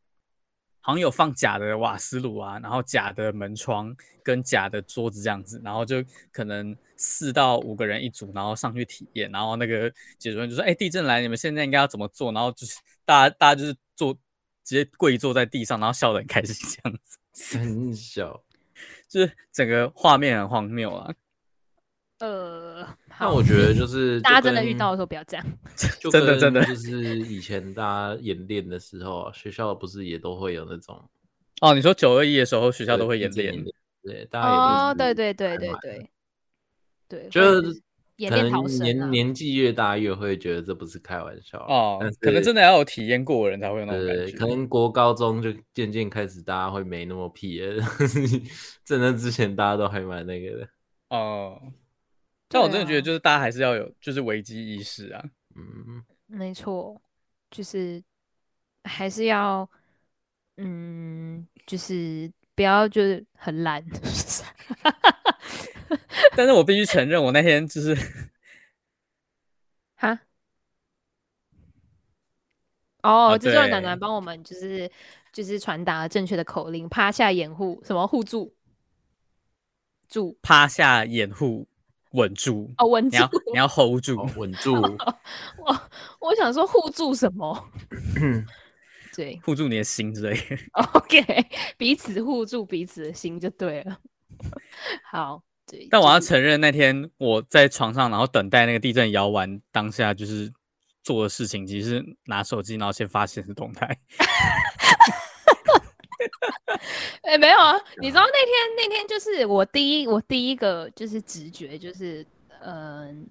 Speaker 2: 好像有放假的瓦斯炉啊，然后假的门窗跟假的桌子这样子，然后就可能四到五个人一组，然后上去体验，然后那个解说员就说：“哎、地震来，你们现在应该要怎么做？”然后就是大家大家就是坐直接跪坐在地上，然后笑得很开心这样子，
Speaker 1: 很小。
Speaker 2: 就是整个画面很荒谬啊。
Speaker 3: 呃，
Speaker 1: 但
Speaker 3: 好
Speaker 1: 我，觉得就是
Speaker 3: 大家
Speaker 1: 就
Speaker 3: 真的遇
Speaker 1: 跟
Speaker 3: 到的时候不要这样。
Speaker 1: 就
Speaker 2: 真的真的
Speaker 1: 跟就是以前大家演练的时候啊，学校不是也都会有那种
Speaker 2: 哦，你说九二一的时候
Speaker 1: 学
Speaker 2: 学校都会演练，，
Speaker 1: 对，大家
Speaker 3: 哦
Speaker 1: 也，都
Speaker 3: 对
Speaker 1: 是
Speaker 3: 对对
Speaker 1: 还
Speaker 3: 对
Speaker 1: 蛮
Speaker 3: 对，对，
Speaker 1: 就
Speaker 3: 会
Speaker 1: 是
Speaker 3: 演
Speaker 1: 可
Speaker 3: 练逃
Speaker 1: 能
Speaker 3: 生啊
Speaker 1: 年。年纪越大越会觉得这不是开玩笑
Speaker 2: 哦
Speaker 1: 但是，
Speaker 2: 可能真的要有体验过的人才会有那种感
Speaker 1: 对，
Speaker 2: 觉。
Speaker 1: 可能国高中就渐渐开始大家会没那么屁了， 在那之前大家都还蛮那个的，
Speaker 2: 哦、但我
Speaker 3: 对
Speaker 2: 真的觉得
Speaker 3: 啊
Speaker 2: 就是大家还是要有就是危机意识啊。
Speaker 1: 嗯，
Speaker 3: 没错，就是还是要，嗯，就是不要就是很懒，
Speaker 2: 但是我必须承认，我那天就是
Speaker 3: 哈。哦，
Speaker 2: 啊
Speaker 3: 这就是暖
Speaker 2: 对
Speaker 3: 暖帮我们就是就是传达了正确的口令，趴下掩护什么互助，助
Speaker 2: 趴下掩护稳住，
Speaker 3: 哦稳
Speaker 2: 你
Speaker 3: 住
Speaker 2: 要，你要 hold 住。
Speaker 3: 哦
Speaker 1: 好稳住，
Speaker 3: 我我想说互助什么？ 对
Speaker 2: 护住你的心之类的，
Speaker 3: ，OK，彼此互助彼此的心就对了。 好，对。
Speaker 2: 但我
Speaker 3: 就
Speaker 2: 要
Speaker 3: 是
Speaker 2: 承认，那天我在床上，然后等待那个地震摇完，当下就是做的事情，其实是拿手机，然后先发现实动态。
Speaker 3: 哎、没有啊，你知道那天那天就是我第一我第一个就是直觉就是，嗯、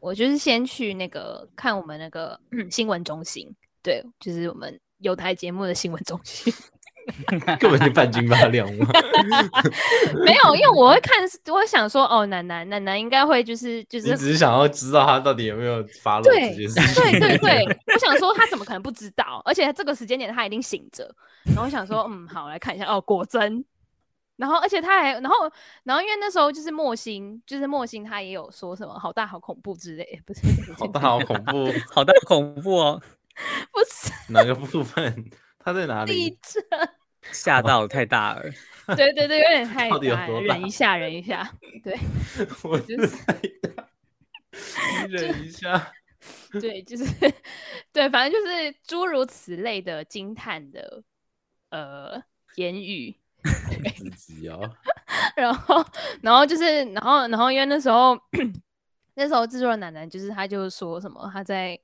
Speaker 3: 我就是先去那个看我们那个、 新闻中心，对，就是我们有台节目的新闻中心。
Speaker 1: 根本就半斤八两嘛，
Speaker 3: 没有，因为我会看，我会想说，哦，奶奶奶奶应该会就是就
Speaker 1: 你
Speaker 3: 是
Speaker 1: 只是想要知道他到底有没有发了
Speaker 3: 对
Speaker 1: 这件事情，
Speaker 3: 对对对，我想说他怎么可能不知道？而且这个时间点他一定醒着。然后我想说，嗯，好，来看一下，哦，果真。然后，而且他还，然后，然后，因为那时候就是莫欣，就是莫欣，他也有说什么“好大、好恐怖”之类，不是
Speaker 1: 好大好恐怖，
Speaker 2: 好大恐怖哦，
Speaker 3: 不是
Speaker 1: 哪个部分？他在哪
Speaker 3: 地
Speaker 1: 里？
Speaker 3: 震，
Speaker 2: 吓到了太大了。
Speaker 3: 对对对，有点 太
Speaker 1: 到底有
Speaker 3: 大了
Speaker 1: 多
Speaker 3: 忍
Speaker 1: 大
Speaker 3: 一下，忍一下，对
Speaker 1: 我
Speaker 3: 就是
Speaker 1: 太 大，你忍一下。
Speaker 3: 对，就是对，反正就是诸如此类的惊叹的呃言语，
Speaker 1: 自己哦，
Speaker 3: 然后，然后就是，然后，然后因为那时候， 那时候制作人奶奶就是她就说什么，她在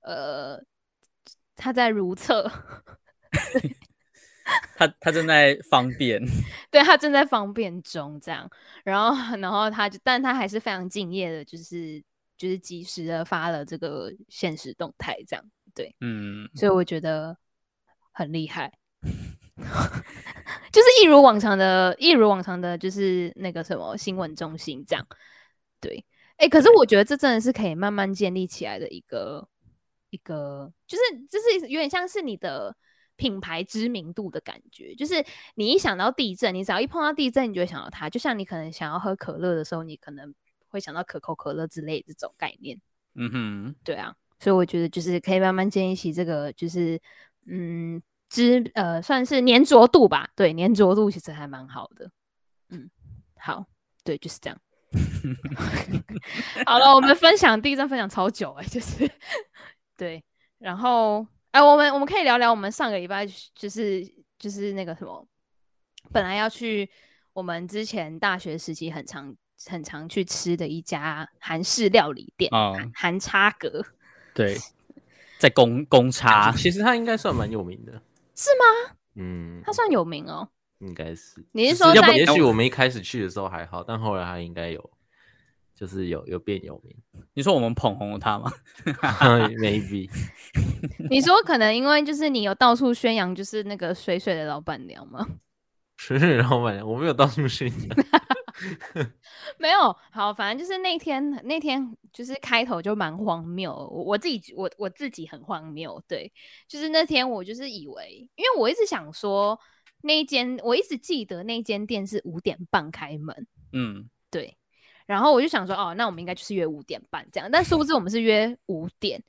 Speaker 3: 呃，她在如厕，
Speaker 2: 他他正在方便，
Speaker 3: 对她正在方便中这样，然后，然后她就，但她还是非常敬业的，就是就是及时的发了这个现实动态这样，
Speaker 2: 嗯，
Speaker 3: 所以我觉得很厉害。就是一如往常的，一如往常的，就是那个什么新闻中心这样。对，哎、可是我觉得这真的是可以慢慢建立起来的一个一个，就是就是有点像是你的品牌知名度的感觉。就是你一想到地震，你只要一碰到地震，你就会想到它。就像你可能想要喝可乐的时候，你可能会想到可口可乐之类这种概念。
Speaker 2: 嗯哼，
Speaker 3: 对啊，所以我觉得就是可以慢慢建立起这个，就是嗯知呃算是粘着度吧，对，粘着度其实还蛮好的。嗯，好，对，就是这样。好了，我们分享第一站分享超久哎、就是对，然后哎、我们我们可以聊聊我们上个礼拜去就是就是那个什么，本来要去我们之前大学时期很常很常去吃的一家韩式料理店，
Speaker 2: 哦
Speaker 3: 韩韩叉格
Speaker 2: 对，在公公差，
Speaker 1: 啊其实他应该算蛮有名的，
Speaker 3: 是吗？
Speaker 1: 嗯
Speaker 3: 它，算有名哦。
Speaker 1: 应该是。
Speaker 3: 你是
Speaker 1: 只
Speaker 3: 说
Speaker 1: 要不，
Speaker 3: 在
Speaker 1: 也许我们一开始去的时候还好，但后来他应该有，就是有有变有 名
Speaker 2: 你说我们捧红了他吗？
Speaker 1: ，maybe
Speaker 3: 你说可能因为就是你有到处宣扬就是那个水水的老板娘吗？
Speaker 1: 水水老板娘，我没有到处宣扬，
Speaker 3: 没有，好，反正就是那天那天就是开头就蛮荒谬，我我自己觉我我自己很荒谬，对，就是那天我就是以为，因为我一直想说那一间，我一直记得那间店是五点半开门，
Speaker 2: 嗯，
Speaker 3: 对，然后我就想说，哦，那我们应该就是约五点半这样，但殊不知我们是约五点。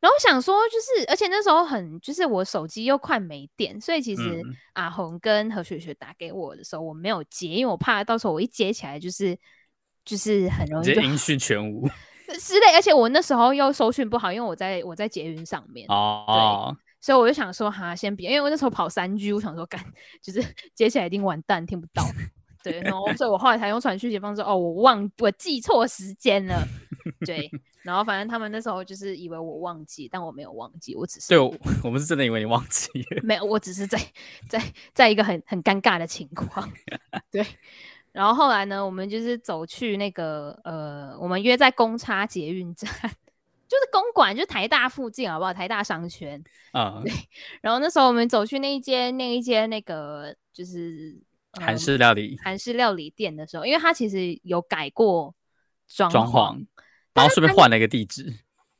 Speaker 3: 然后想说，就是而且那时候很，就是我手机又快没电，所以其实
Speaker 2: 嗯
Speaker 3: 阿红跟何雪雪打给我的时候，我没有接，因为我怕到时候我一接起来就是就是很容易
Speaker 2: 嗯直
Speaker 3: 就
Speaker 2: 接音讯全无
Speaker 3: 之类，而且我那时候又收讯不好，因为我在我在捷运上面，
Speaker 2: 哦，
Speaker 3: 所以我就想说，哈，先别，因为我那时候跑三 G，我想说，干，就是 接起来一定完蛋，听不到。对，然后所以我后来才用传讯息方说，哦，我忘，我记错时间了。 对，然后反正他们那时候就是以为我忘记，但我没有忘记，我只是
Speaker 2: 对，我我们是真的以为你忘记了，
Speaker 3: 没有，我只是在在在一个很很尴尬的情 况，对。然后后来呢，我们就是走去那个呃，我们约在公差捷运站， 就是公馆，就是台大附近好不好？台大商圈。
Speaker 2: 嗯，
Speaker 3: 然后那时候我们走去那一间那一间那个就是呃
Speaker 2: 韩式料理，
Speaker 3: 韩式料理店的时候，因为它其实有改过装
Speaker 2: 装潢，然后顺便换了一个地址，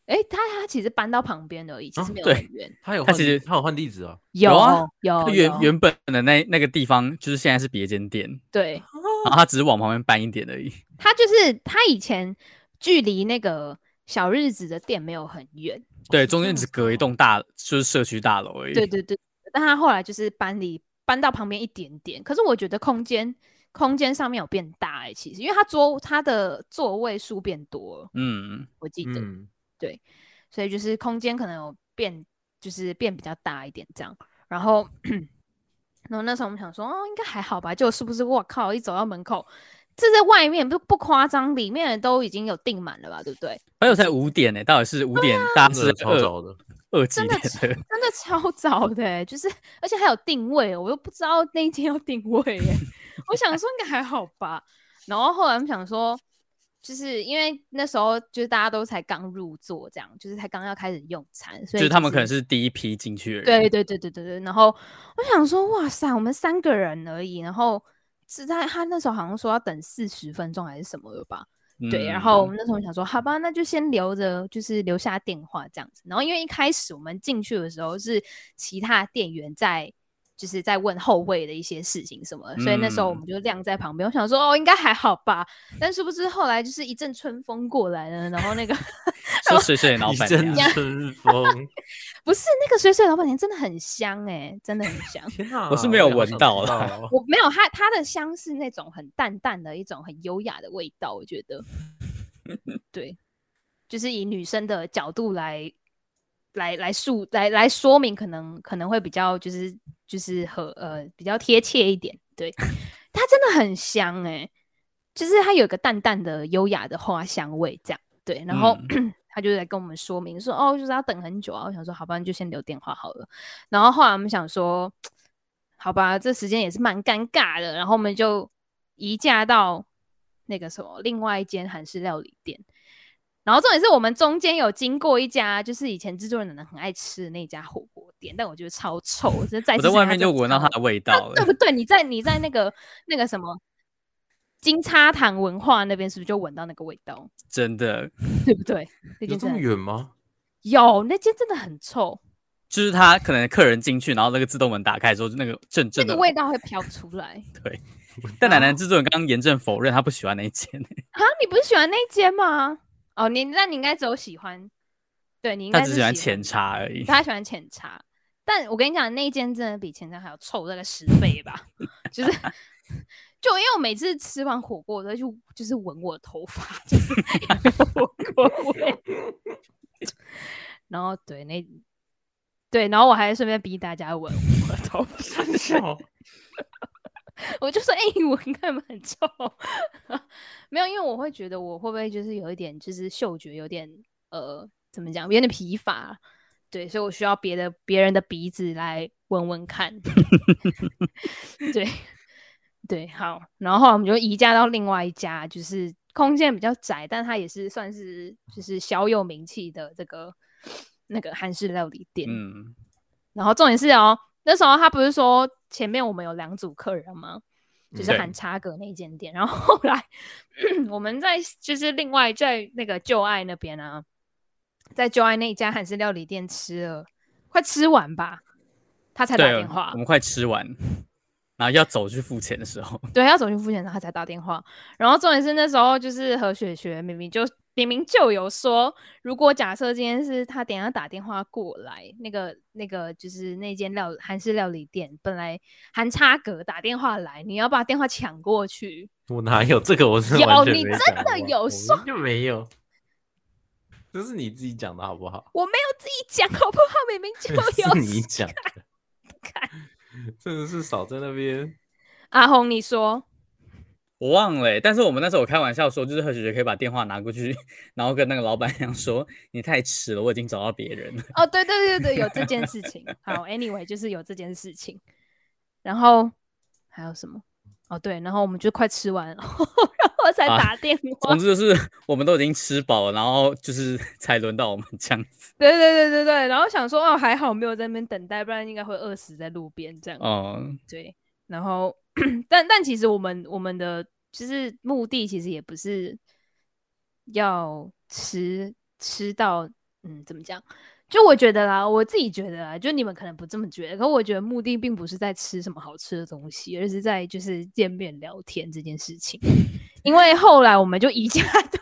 Speaker 3: 哎，它它其实搬到旁边而已，其
Speaker 1: 哦
Speaker 3: 实没有
Speaker 2: 对
Speaker 3: 很远。
Speaker 1: 他有
Speaker 2: 他
Speaker 1: 换
Speaker 2: 其
Speaker 1: 地
Speaker 2: 实
Speaker 1: 他有换地址哦，
Speaker 3: 有
Speaker 2: 啊
Speaker 3: 哦有
Speaker 2: 他原
Speaker 3: 有
Speaker 2: 原本的那那个地方就是现在是别间店，
Speaker 3: 对，
Speaker 2: 然后他只是往旁边搬一点而已，
Speaker 3: 他就是他以前距离那个小日子的店没有很远，
Speaker 2: 对，中间只隔一栋大就是社区大楼而已，
Speaker 3: 哦对对对，但他后来就是搬离搬到旁边一点点，可是我觉得空间空间上面有变大哎、其实因为他桌他的座位数变多了，
Speaker 2: 嗯，
Speaker 3: 我记得，
Speaker 1: 嗯，
Speaker 3: 所以就是空间可能有变，就是变比较大一点这样，然后。然后那时候我们想说，哦，应该还好吧，就是不是？我靠！一走到门口，这在外面不不夸张，里面的都已经有订满了吧，对不 对？
Speaker 2: 还有才五点呢，到底是五点，大家
Speaker 1: 真的
Speaker 2: 是
Speaker 1: 超
Speaker 2: 二
Speaker 1: 早的，
Speaker 2: 二几
Speaker 3: 真的
Speaker 2: 点的？
Speaker 3: 真的超早的、欸，就是而且还有定位哦，我又不知道那一天要定位耶、我想说应该还好吧。然后后来我们想说，就是因为那时候就是大家都才刚入座，这样就是才刚要开始用餐，所
Speaker 2: 就是
Speaker 3: 以、
Speaker 2: 他们可能是第一批进去的人，
Speaker 3: 对对对对对对。然后我想说，哇塞，我们三个人而已，然后是在他那时候好像说要等四十分钟还是什么的吧。
Speaker 2: 对
Speaker 3: 对，
Speaker 2: 嗯
Speaker 3: 然后我们那时候想说，好吧，那就先留着，就是留下电话这样子。然后因为一开始我们进去的时候是其他店员在，就是在问后卫的一些事情什么的，所以那时候我
Speaker 2: 嗯
Speaker 3: 们就晾在旁边。我想说，哦，应该还好吧。但殊不知后来就是一阵春风过来了，然后那个
Speaker 2: 是水水的老
Speaker 1: 一
Speaker 2: 板
Speaker 1: 阵
Speaker 2: 娘，
Speaker 1: 春风，。
Speaker 3: 不是那个水水老板娘真的很香哎、真的很香
Speaker 1: 天啊，
Speaker 2: 我是没有
Speaker 1: 好
Speaker 2: 闻
Speaker 1: 想
Speaker 2: 到
Speaker 1: 知
Speaker 2: 啦
Speaker 1: 道哦
Speaker 3: 我没有，它它的香是那种很淡淡的一种很优雅的味道，我觉得，对，就是以女生的角度来来来述来来说明，可能可能会比较就是就是和呃比较贴切一点。对，它真的很香哎、就是它有一个淡淡的优雅的花香味这样。对，
Speaker 2: 嗯
Speaker 3: 然后、他就在跟我们说明说哦，就是要等很久啊。我想说好吧，你就先留电话好了。然后后来我们想说，好吧，这时间也是蛮尴尬的，然后我们就移驾到那个什么另外一间韩式料理店。然后重点是我们中间有经过一家，就是以前制作人奶奶很爱吃的那家火锅店，但我觉得超臭，我真的再
Speaker 2: 我
Speaker 3: 次
Speaker 2: 在
Speaker 3: 想
Speaker 2: 外
Speaker 3: 它
Speaker 2: 面
Speaker 3: 真
Speaker 2: 就
Speaker 3: 的
Speaker 2: 闻到
Speaker 3: 超
Speaker 2: 它的味道
Speaker 3: 对
Speaker 2: 了
Speaker 3: 不，对？你在你在那个那个什么金叉堂文化那边是不是就闻到那个味道，
Speaker 2: 真的，
Speaker 3: 对不对？
Speaker 1: 有
Speaker 3: 那间
Speaker 1: 这么
Speaker 3: 真的
Speaker 1: 远吗？
Speaker 3: 有，那间真的很臭，
Speaker 2: 就是他可能客人进去，然后那个自动门打开之后，就那个阵
Speaker 3: 那
Speaker 2: 阵的
Speaker 3: 个味道会飘出来。
Speaker 2: 但奶奶制作人刚刚严正否认，他不喜欢那一间，
Speaker 3: 啊，你不是喜欢那一间吗？哦，你那你应该只有喜欢，对你应
Speaker 2: 他
Speaker 3: 该
Speaker 2: 只
Speaker 3: 是
Speaker 2: 喜欢浅茶而 已。
Speaker 3: 他喜欢浅茶。但我跟你讲，那一间真的比浅茶还要臭大概十倍吧，就是就因为我每次吃完火锅，我都会去就是闻我的头发，就是有火锅味。然后对那对，然后我还顺便逼大家闻我的头发，
Speaker 1: 笑，
Speaker 3: 我就说：“哎、欸，我看嘛很臭。”没有，因为我会觉得我会不会就是有一点，就是嗅觉有点呃，怎么讲，有点疲乏。对，所以我需要别的别人的鼻子来闻闻看。 对，对，好。然后后来我们就移驾到另外一家，就是空间比较窄，但它也是算是就是小有名气的这个那个韩式料理店。
Speaker 2: 嗯，
Speaker 3: 然后重点是哦，那时候他不是说前面我们有两组客人吗？就是
Speaker 2: 嗯对
Speaker 3: 喊查格那间店，然后后来 我们在就是另外在那个旧爱那边啊，在旧爱那一家韩式料理店吃了，快吃完吧，他才打
Speaker 2: 对，
Speaker 3: 电话
Speaker 2: 我，们快吃完，然后要走去付钱的时候，
Speaker 3: 对，要走去付钱，然后才打电话。然后重点是那时候就是何雪雪明明就明明就有说，如果假设今天是她等一下打电话过来，那个那个就是那间料韩式料理店，本来韩差格打电话来，你要把电话抢过去，
Speaker 1: 我哪有这个？我是
Speaker 3: 有
Speaker 1: 完全
Speaker 3: 你
Speaker 1: 没
Speaker 3: 真
Speaker 1: 讲
Speaker 3: 的
Speaker 1: 过
Speaker 3: 有
Speaker 1: 我
Speaker 3: 说
Speaker 1: 明就没有，这是你自己讲的好不 好？
Speaker 3: 我没有自己讲好不好？明明就
Speaker 1: 是你
Speaker 3: 有。
Speaker 1: 讲的， 真的是少在那边。
Speaker 3: 阿红，你说
Speaker 2: 我忘了欸、但是我们那时候我开玩笑说，就是何雪雪可以把电话拿过去，然后跟那个老板娘说：“你太迟了，我已经找到别人了。
Speaker 3: 哦，对对对对，有这件事情。好，anyway，就是有这件事情。然后还有什么？哦，对，然后我们就快吃完了，然后才
Speaker 2: 啊
Speaker 3: 打电话。
Speaker 2: 总之就是 我们都已经吃饱了，然后就是 才轮到我们这样子。
Speaker 3: 对对对对对，然后想说哦，还好没有在那边等待，不然应该会饿死在路边这样。
Speaker 2: 哦，
Speaker 3: 对，然后但但其实我们我们的就是目的其实也不是要吃吃到嗯怎么讲？就我觉得啦，我自己觉得啊啦，就你们可能不这么觉得，可我觉得目的并不是在吃什么好吃的东西，而是在就是见面聊天这件事情。因为后来我们就移驾到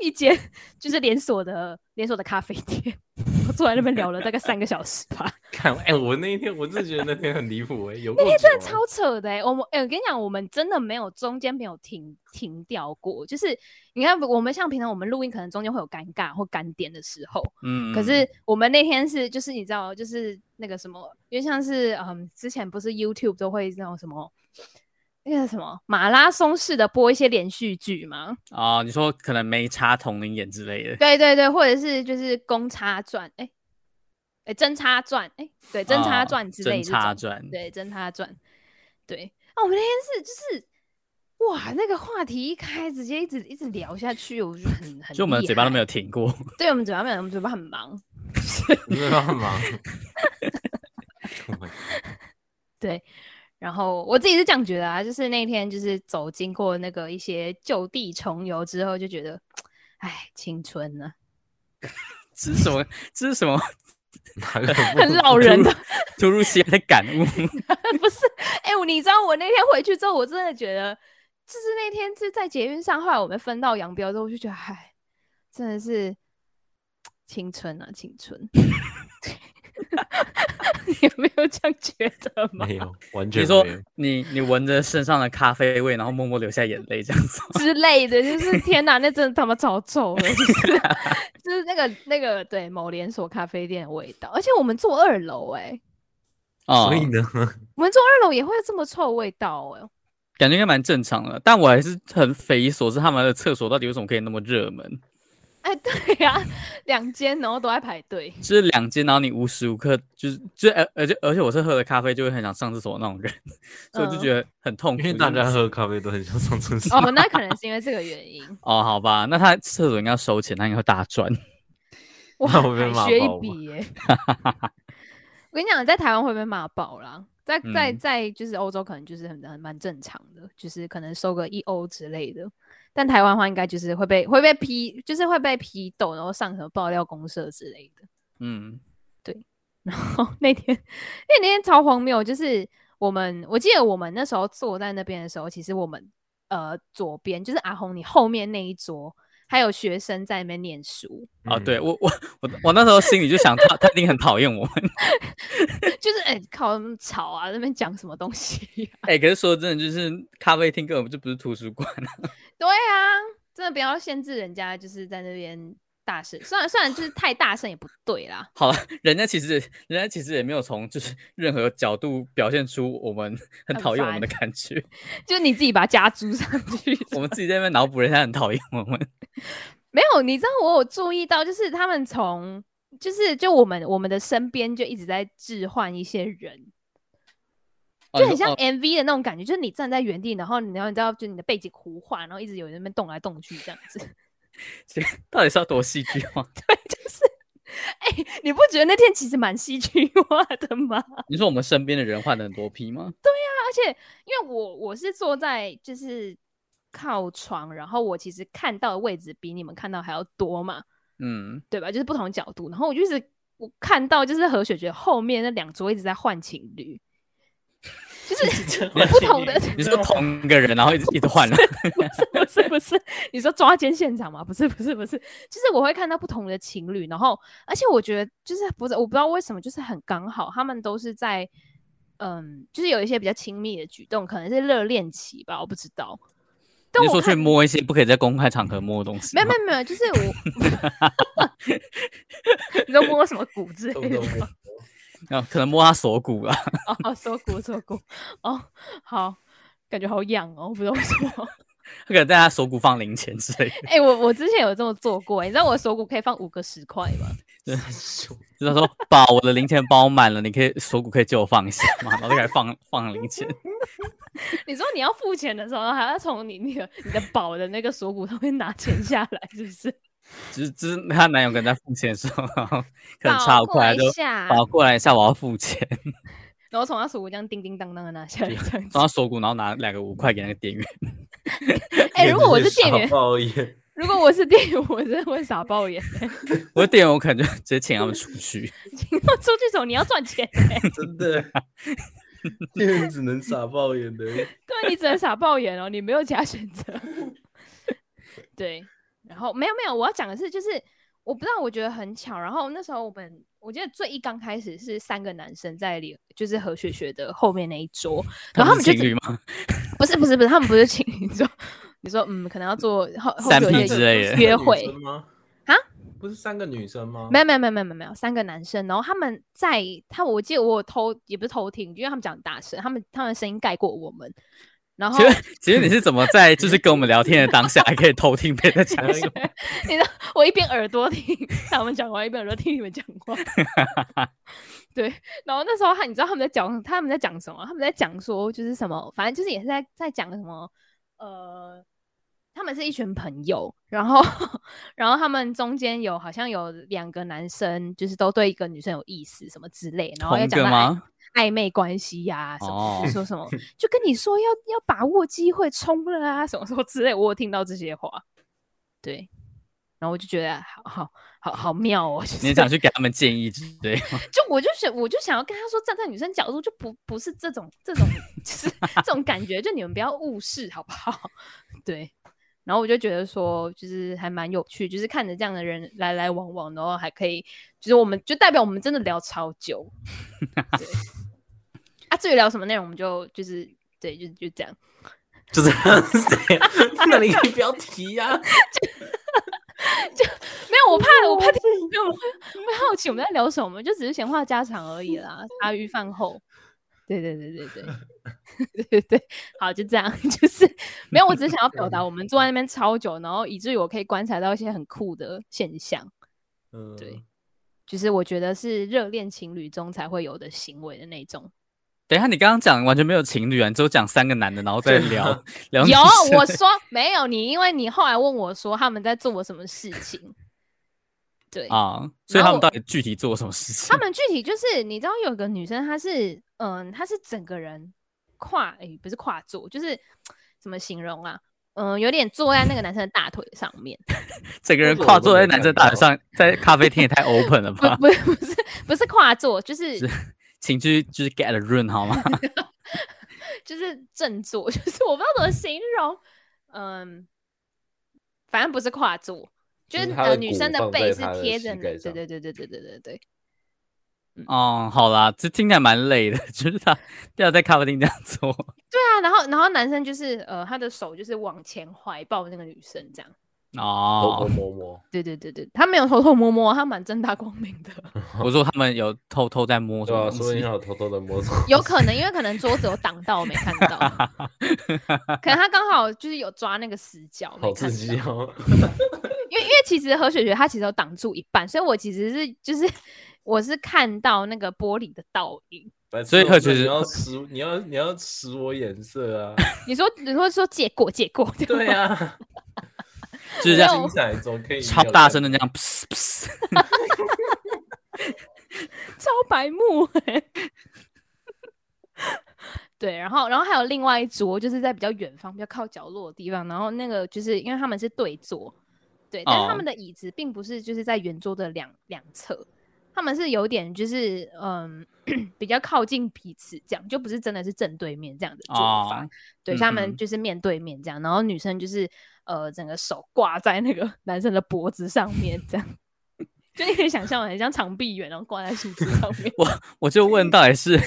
Speaker 3: 一间就是连锁的连锁的咖啡店， 我坐在那边聊了大概三个小时吧。
Speaker 1: 看，哎、我那一天我真的觉得那天很离谱哎，有
Speaker 3: 那
Speaker 1: 够
Speaker 3: 天真的
Speaker 1: 久欸
Speaker 3: 超扯的、欸，我们哎、我跟你讲，我们真的没有中间没有停停掉过。就是你看，我们像平常我们录音，可能中间会有尴尬或干点的时候，
Speaker 2: 嗯，
Speaker 3: 可是我们那天是就是你知道，就是那个什么，因为像是嗯，之前不是 YouTube 都会那种什么那个什么马拉松式的播一些连续剧吗？
Speaker 2: 啊、你说可能没插同龄眼之类的，
Speaker 3: 对对对，或者是就是《公差传》哎、哎《真差传》哎、对《真差
Speaker 2: 啊
Speaker 3: 传》之类的这
Speaker 2: 真差
Speaker 3: 种。
Speaker 2: 传，
Speaker 3: 对，真他传，对。啊，我们那天是就是，哇，那个话题一开，直接一直一直聊下去，我觉得很很，
Speaker 2: 就我们的嘴巴都没
Speaker 3: 有，
Speaker 2: 有停过。
Speaker 3: 对我们嘴巴没有，我们嘴巴很忙，
Speaker 1: 你知道吗？Oh my
Speaker 3: 对。然后我自己是这样觉得啊，就是那天就是走经过那个一些就地重游之后，就觉得，哎，青春呢、
Speaker 2: 这是什么？这是什么？
Speaker 1: 哪个部
Speaker 3: 很
Speaker 1: 分
Speaker 3: 老人的，
Speaker 2: 突如其来的感悟。
Speaker 3: 不是？哎、我你知道我那天回去之后，我真的觉得，就是那天是在捷运上，后来我们分道扬镳之后，我就觉得，唉，真的是青春啊，青春。 你有没有这样觉得吗？
Speaker 1: 没 有，完全
Speaker 2: 你说
Speaker 1: 没有
Speaker 2: 你你闻着身上的咖啡味，然后默默流下眼泪，这样子。
Speaker 3: 之类的，就是天哪，那真的他妈超臭的，就是就是那个那个对某连锁咖啡店的味道，而且我们住二楼哎、
Speaker 2: 哦
Speaker 1: 所，以呢，
Speaker 3: 我们住二楼也会有这么臭的味道哎、
Speaker 2: 感觉应该蛮正常的，但我还是很匪夷所思，他们的厕所到底为什么可以那么热门？
Speaker 3: 哎，对呀、两间然后都在排队，
Speaker 2: 就是两间，然后你无时无刻就是就呃而而且而且我是喝了咖啡就会很想上厕所那种人， 所以我就
Speaker 3: 嗯
Speaker 2: 觉得很痛苦。
Speaker 1: 因为大
Speaker 2: 就是
Speaker 1: 家喝咖啡都很想上厕所。
Speaker 3: 哦，那可能是因为这个 原因。
Speaker 2: 哦，好吧，那他厕所应该要收钱，他应该会大赚。
Speaker 3: 哇，
Speaker 1: 那我被
Speaker 3: 海
Speaker 1: 骂
Speaker 3: 学
Speaker 1: 爆
Speaker 3: 一
Speaker 1: 吗
Speaker 3: 笔耶、 我跟你讲，在台湾会被骂爆啦，在在
Speaker 2: 嗯
Speaker 3: 在就是欧洲可能就是很很蛮正常的，就是可能收个一欧之类的，但台湾话应该就是会被会被批，就是会被批斗，然后上什么爆料公社之类的。
Speaker 2: 嗯，
Speaker 3: 然后那天，因为那天超荒谬，就是我们我记得我们那时候坐在那边的时候，其实我们呃左边就是阿红你后面那一桌，还有学生在那边念书，
Speaker 2: 啊，
Speaker 1: 嗯
Speaker 2: 对我我我我那时候心里就想他他一定很讨厌我们，
Speaker 3: 就是哎、靠那么吵啊，那边讲什么东西、
Speaker 2: 哎、可是说真的，就是咖啡厅根本就不是图书馆、
Speaker 3: 对啊，真的不要限制人家，就是在那边大声。虽然虽然就是太大声也不对啦，
Speaker 2: 好了，人家其实人家其实也没有从就是任何角度表现出我们很
Speaker 3: 很
Speaker 2: 讨厌我们的
Speaker 3: 烦
Speaker 2: 感觉，
Speaker 3: 就是你自己把它加租上去。
Speaker 2: 我们自己在那边脑补人家很讨厌我们。
Speaker 3: 没有，你知道我有注意到，就是他们从就是就我们我们的身边就一直在置换一些人，
Speaker 2: 哦
Speaker 3: 就
Speaker 2: 你说
Speaker 3: 很 像
Speaker 2: 哦
Speaker 3: MV 的那种感觉，就是你站在原地，然后你然后你知道就你的背景呼唤，然后一直有人在那边动来动去这样子。
Speaker 2: 到底是要多戏剧化？
Speaker 3: 哎、你不觉得那天其实蛮戏剧化的吗？
Speaker 2: 你说我们身边的人换了很多批吗？
Speaker 3: 而且因为我我是坐在就是靠床，然后我其实看到的位置比你们看到还要多嘛，
Speaker 2: 嗯，
Speaker 3: 对吧？就是不同角度，然后我就是我看到就是何雪雪后面那两桌一直在换情侣，就是不同的，
Speaker 2: 你说同一个人，然 后一直一直换了，
Speaker 3: 不是不是，你说抓奸现场吗？不是不是不是，就是我会看到不同的情侣，然后而且我觉得就是不是我不知道为什么，就是很刚好，他们都是在嗯，就是有一些比较亲密的举动，可能是热恋期吧，我不知道。但
Speaker 2: 你
Speaker 3: 我
Speaker 2: 说去
Speaker 3: 看
Speaker 2: 摸一些不可以在公开场合摸的东西
Speaker 3: 没
Speaker 2: 吗，
Speaker 3: 有没有没有，就是我， 你都摸什么骨之
Speaker 1: 动不
Speaker 3: 类
Speaker 1: 动
Speaker 3: 的？
Speaker 1: 就
Speaker 2: 啊，可能摸他锁骨啊。
Speaker 3: 哦，锁骨锁骨，哦，好，感觉好痒哦，我不知道为什 么。
Speaker 2: 他可能在他锁骨放零钱之类的，
Speaker 3: 哎、我我之前有这么做过，你知道我的锁骨可以放五个十块吗？
Speaker 2: 就是说宝，我的零钱包满了，你可以锁骨可以借我放一下嘛， 然后就开始放放零钱。
Speaker 3: 你说你要付钱的时候，还要从你那个你的宝的那个锁骨上面拿钱下来，是不 是？
Speaker 2: 只是只是她男友跟她付钱的时候，然后可能插
Speaker 3: 宝
Speaker 2: 我过来啊就
Speaker 3: 一下，
Speaker 2: 宝过来一下，我要付钱，
Speaker 3: 然后从他锁骨这样叮叮当当的拿下来，这样子
Speaker 2: 然。后锁骨，然后拿两个五块给那个店员。
Speaker 3: 哎、如果我是店员，
Speaker 1: 爆眼，
Speaker 3: 如果我是店员，我真的 会傻爆眼。
Speaker 2: 我的店员我可能就直接请他们出去。
Speaker 3: 你要出去走，你要赚钱、欸，
Speaker 1: 真 的，店员只能傻爆眼的。
Speaker 3: 对你只能傻爆眼哦，你没有其他选择。 对，然后没有没有，我要讲的是，就是我不知道，我觉得很巧。然后那时候我们，我记得最一刚开始是三个男生在里，就是何雪雪的后面那一桌， 然后
Speaker 2: 们
Speaker 3: 他们
Speaker 2: 是
Speaker 3: 就
Speaker 2: 情
Speaker 3: 只
Speaker 2: 侣吗？
Speaker 3: 不是不是不是，他们不是情侣，你说你说嗯，可能要做后后
Speaker 2: 三
Speaker 3: 有
Speaker 2: P
Speaker 3: 些
Speaker 2: 之类的
Speaker 3: 约会
Speaker 1: 吗？
Speaker 3: 啊？
Speaker 1: 不是三个女生吗？
Speaker 3: 没有没有没有没有没有没有三个男生，然后他们在他我记得我有偷也不是偷听，因为他们讲很大声，他们他们声音盖过我们，然后
Speaker 2: 其实其实你是怎么在就是跟我们聊天的当下还可以偷听别人在讲什么？
Speaker 3: 你知道我一边耳朵听他们讲话，一边耳朵听你们讲话。 对，然后那时候他，你知道他们在讲他们在讲什么？他们在讲说就是什么，反正就是也是在在讲什么，呃，他们是一群朋友，然后 然后他们中间有好像有两个男生，就是都对一个女生有意思什么之类， 然后要
Speaker 2: 同一
Speaker 3: 讲
Speaker 2: 个
Speaker 3: 到暧
Speaker 2: 吗？
Speaker 3: 暧昧关系呀、什么、
Speaker 2: 哦
Speaker 3: 就，说什么， 就跟你说要要把握机会冲了啊，什么什么之类，我有听到这些话，对，然后我就觉得好好好好妙哦， 就是
Speaker 2: 你想去给他们建议之类的吗？
Speaker 3: 就我就想我就想要跟他说，站在女生角度就不不是这种这种就是这种感觉，就你们不要误事好不好？ 对。然后我就觉得说，就是还蛮有趣，就是看着这样的人来来往往，然后还可以，就是我们就代表我们真的聊超久。对啊，至于聊什么内容，我们就就是对，就就这样。
Speaker 1: 就是谁？那你可以不要提呀。
Speaker 3: 没有，我怕我怕听众朋友会会好奇我们在聊什么，就只是闲话家常而已啦，茶余饭后。对对对对对 对对对，好，就这样， 就是没有，我只是想要表达，我们坐在那边超久，然后以至于我可以观察到一些很酷的现象，
Speaker 1: 嗯，
Speaker 3: 对就是我觉得是热恋情侣中才会有的行为的那种。
Speaker 2: 等一下，你刚刚讲完全没有情侣啊，你只有讲三个男的，然后再
Speaker 1: 对啊
Speaker 2: 聊、聊女
Speaker 3: 有
Speaker 2: 生。，
Speaker 3: 我说没有你，因为你后来问我说他们在做什么事情，对，
Speaker 2: 啊，所以
Speaker 3: 然
Speaker 2: 他
Speaker 3: 后
Speaker 2: 们到底具体做了什么事情
Speaker 3: 他？们具体就是你知道有个女生，她是嗯，她是整个人跨诶、不是跨坐，就是怎么形容啊？嗯，有点坐在那个男生的大腿上面，
Speaker 2: 整个人
Speaker 1: 这个
Speaker 2: 跨
Speaker 1: 我都
Speaker 2: 坐在
Speaker 1: 没
Speaker 2: 男
Speaker 1: 看
Speaker 2: 生大腿
Speaker 1: 到
Speaker 2: 上，在咖啡厅也太 open 了 吧？
Speaker 3: 不不不是不是跨坐，就是
Speaker 2: 请去就是 get a room 好吗？
Speaker 3: 就是振作， 就是我不知道怎么形容，嗯，反正不是跨坐，
Speaker 1: 就
Speaker 3: 就
Speaker 1: 是
Speaker 3: 是
Speaker 1: 她
Speaker 3: 呃
Speaker 1: 的
Speaker 3: 女
Speaker 1: 骨
Speaker 3: 生
Speaker 1: 放在
Speaker 3: 背是
Speaker 1: 她的
Speaker 3: 贴
Speaker 1: 膝
Speaker 3: 着你，
Speaker 1: 盖
Speaker 3: 对
Speaker 1: 上
Speaker 3: 对对对对对对对，
Speaker 2: 哦，好啦，这听起来蛮累的，就是他要在咖啡厅这样做，
Speaker 3: 对啊，然后然后男生就是呃他的手就是往前怀抱那个女生这样，
Speaker 1: 偷偷
Speaker 2: 哦，
Speaker 1: 摸摸，
Speaker 3: 对对对对，他没有偷偷摸摸，他蛮正大光明的，
Speaker 2: 我说他们有偷偷在摸什
Speaker 1: 对
Speaker 2: 么
Speaker 1: 啊，
Speaker 2: 东
Speaker 1: 说不定
Speaker 2: 西
Speaker 1: 他，有偷偷的摸索。
Speaker 3: 有可能因为可能桌子有挡到，我没看 到，可能他刚好就是有抓那个死角，没
Speaker 1: 好
Speaker 3: 看
Speaker 1: 刺
Speaker 3: 到
Speaker 1: 激哦！
Speaker 3: 因为因为其实何雪雪她其实有挡住一半，所以我其实是就是我是看到那个玻璃的倒影。
Speaker 1: 白痴
Speaker 2: 所以
Speaker 1: 哦
Speaker 2: 贺
Speaker 1: 那
Speaker 2: 其
Speaker 1: 你
Speaker 2: 实
Speaker 1: 要使你要你要使我眼色啊！
Speaker 3: 你说你说说借过借过，
Speaker 1: 对
Speaker 3: 呀、
Speaker 1: 啊，
Speaker 2: 就是这
Speaker 3: 没有
Speaker 2: 样
Speaker 1: 精彩总可以
Speaker 2: 超大声的这样，噗噗
Speaker 3: 超白目、欸。 对，然后然后还有另外一桌，就是在比较远方、比较靠角落的地方，然后那个就是因为他们是对坐，对，但是他
Speaker 2: 哦
Speaker 3: 们的椅子并不是就是在圆桌的两两侧，他们是有点就是嗯 比较靠近彼此这样，就不是真的是正对面这样的做法。
Speaker 2: 哦
Speaker 3: 对，所以他
Speaker 2: 嗯
Speaker 3: 们
Speaker 2: 嗯。
Speaker 3: 就是面对面这样，然后女生就是呃整个手挂在那个男生的脖子上面这样， 就你可以想象很像长臂猿，然后挂在树枝上面
Speaker 2: 我就问到底是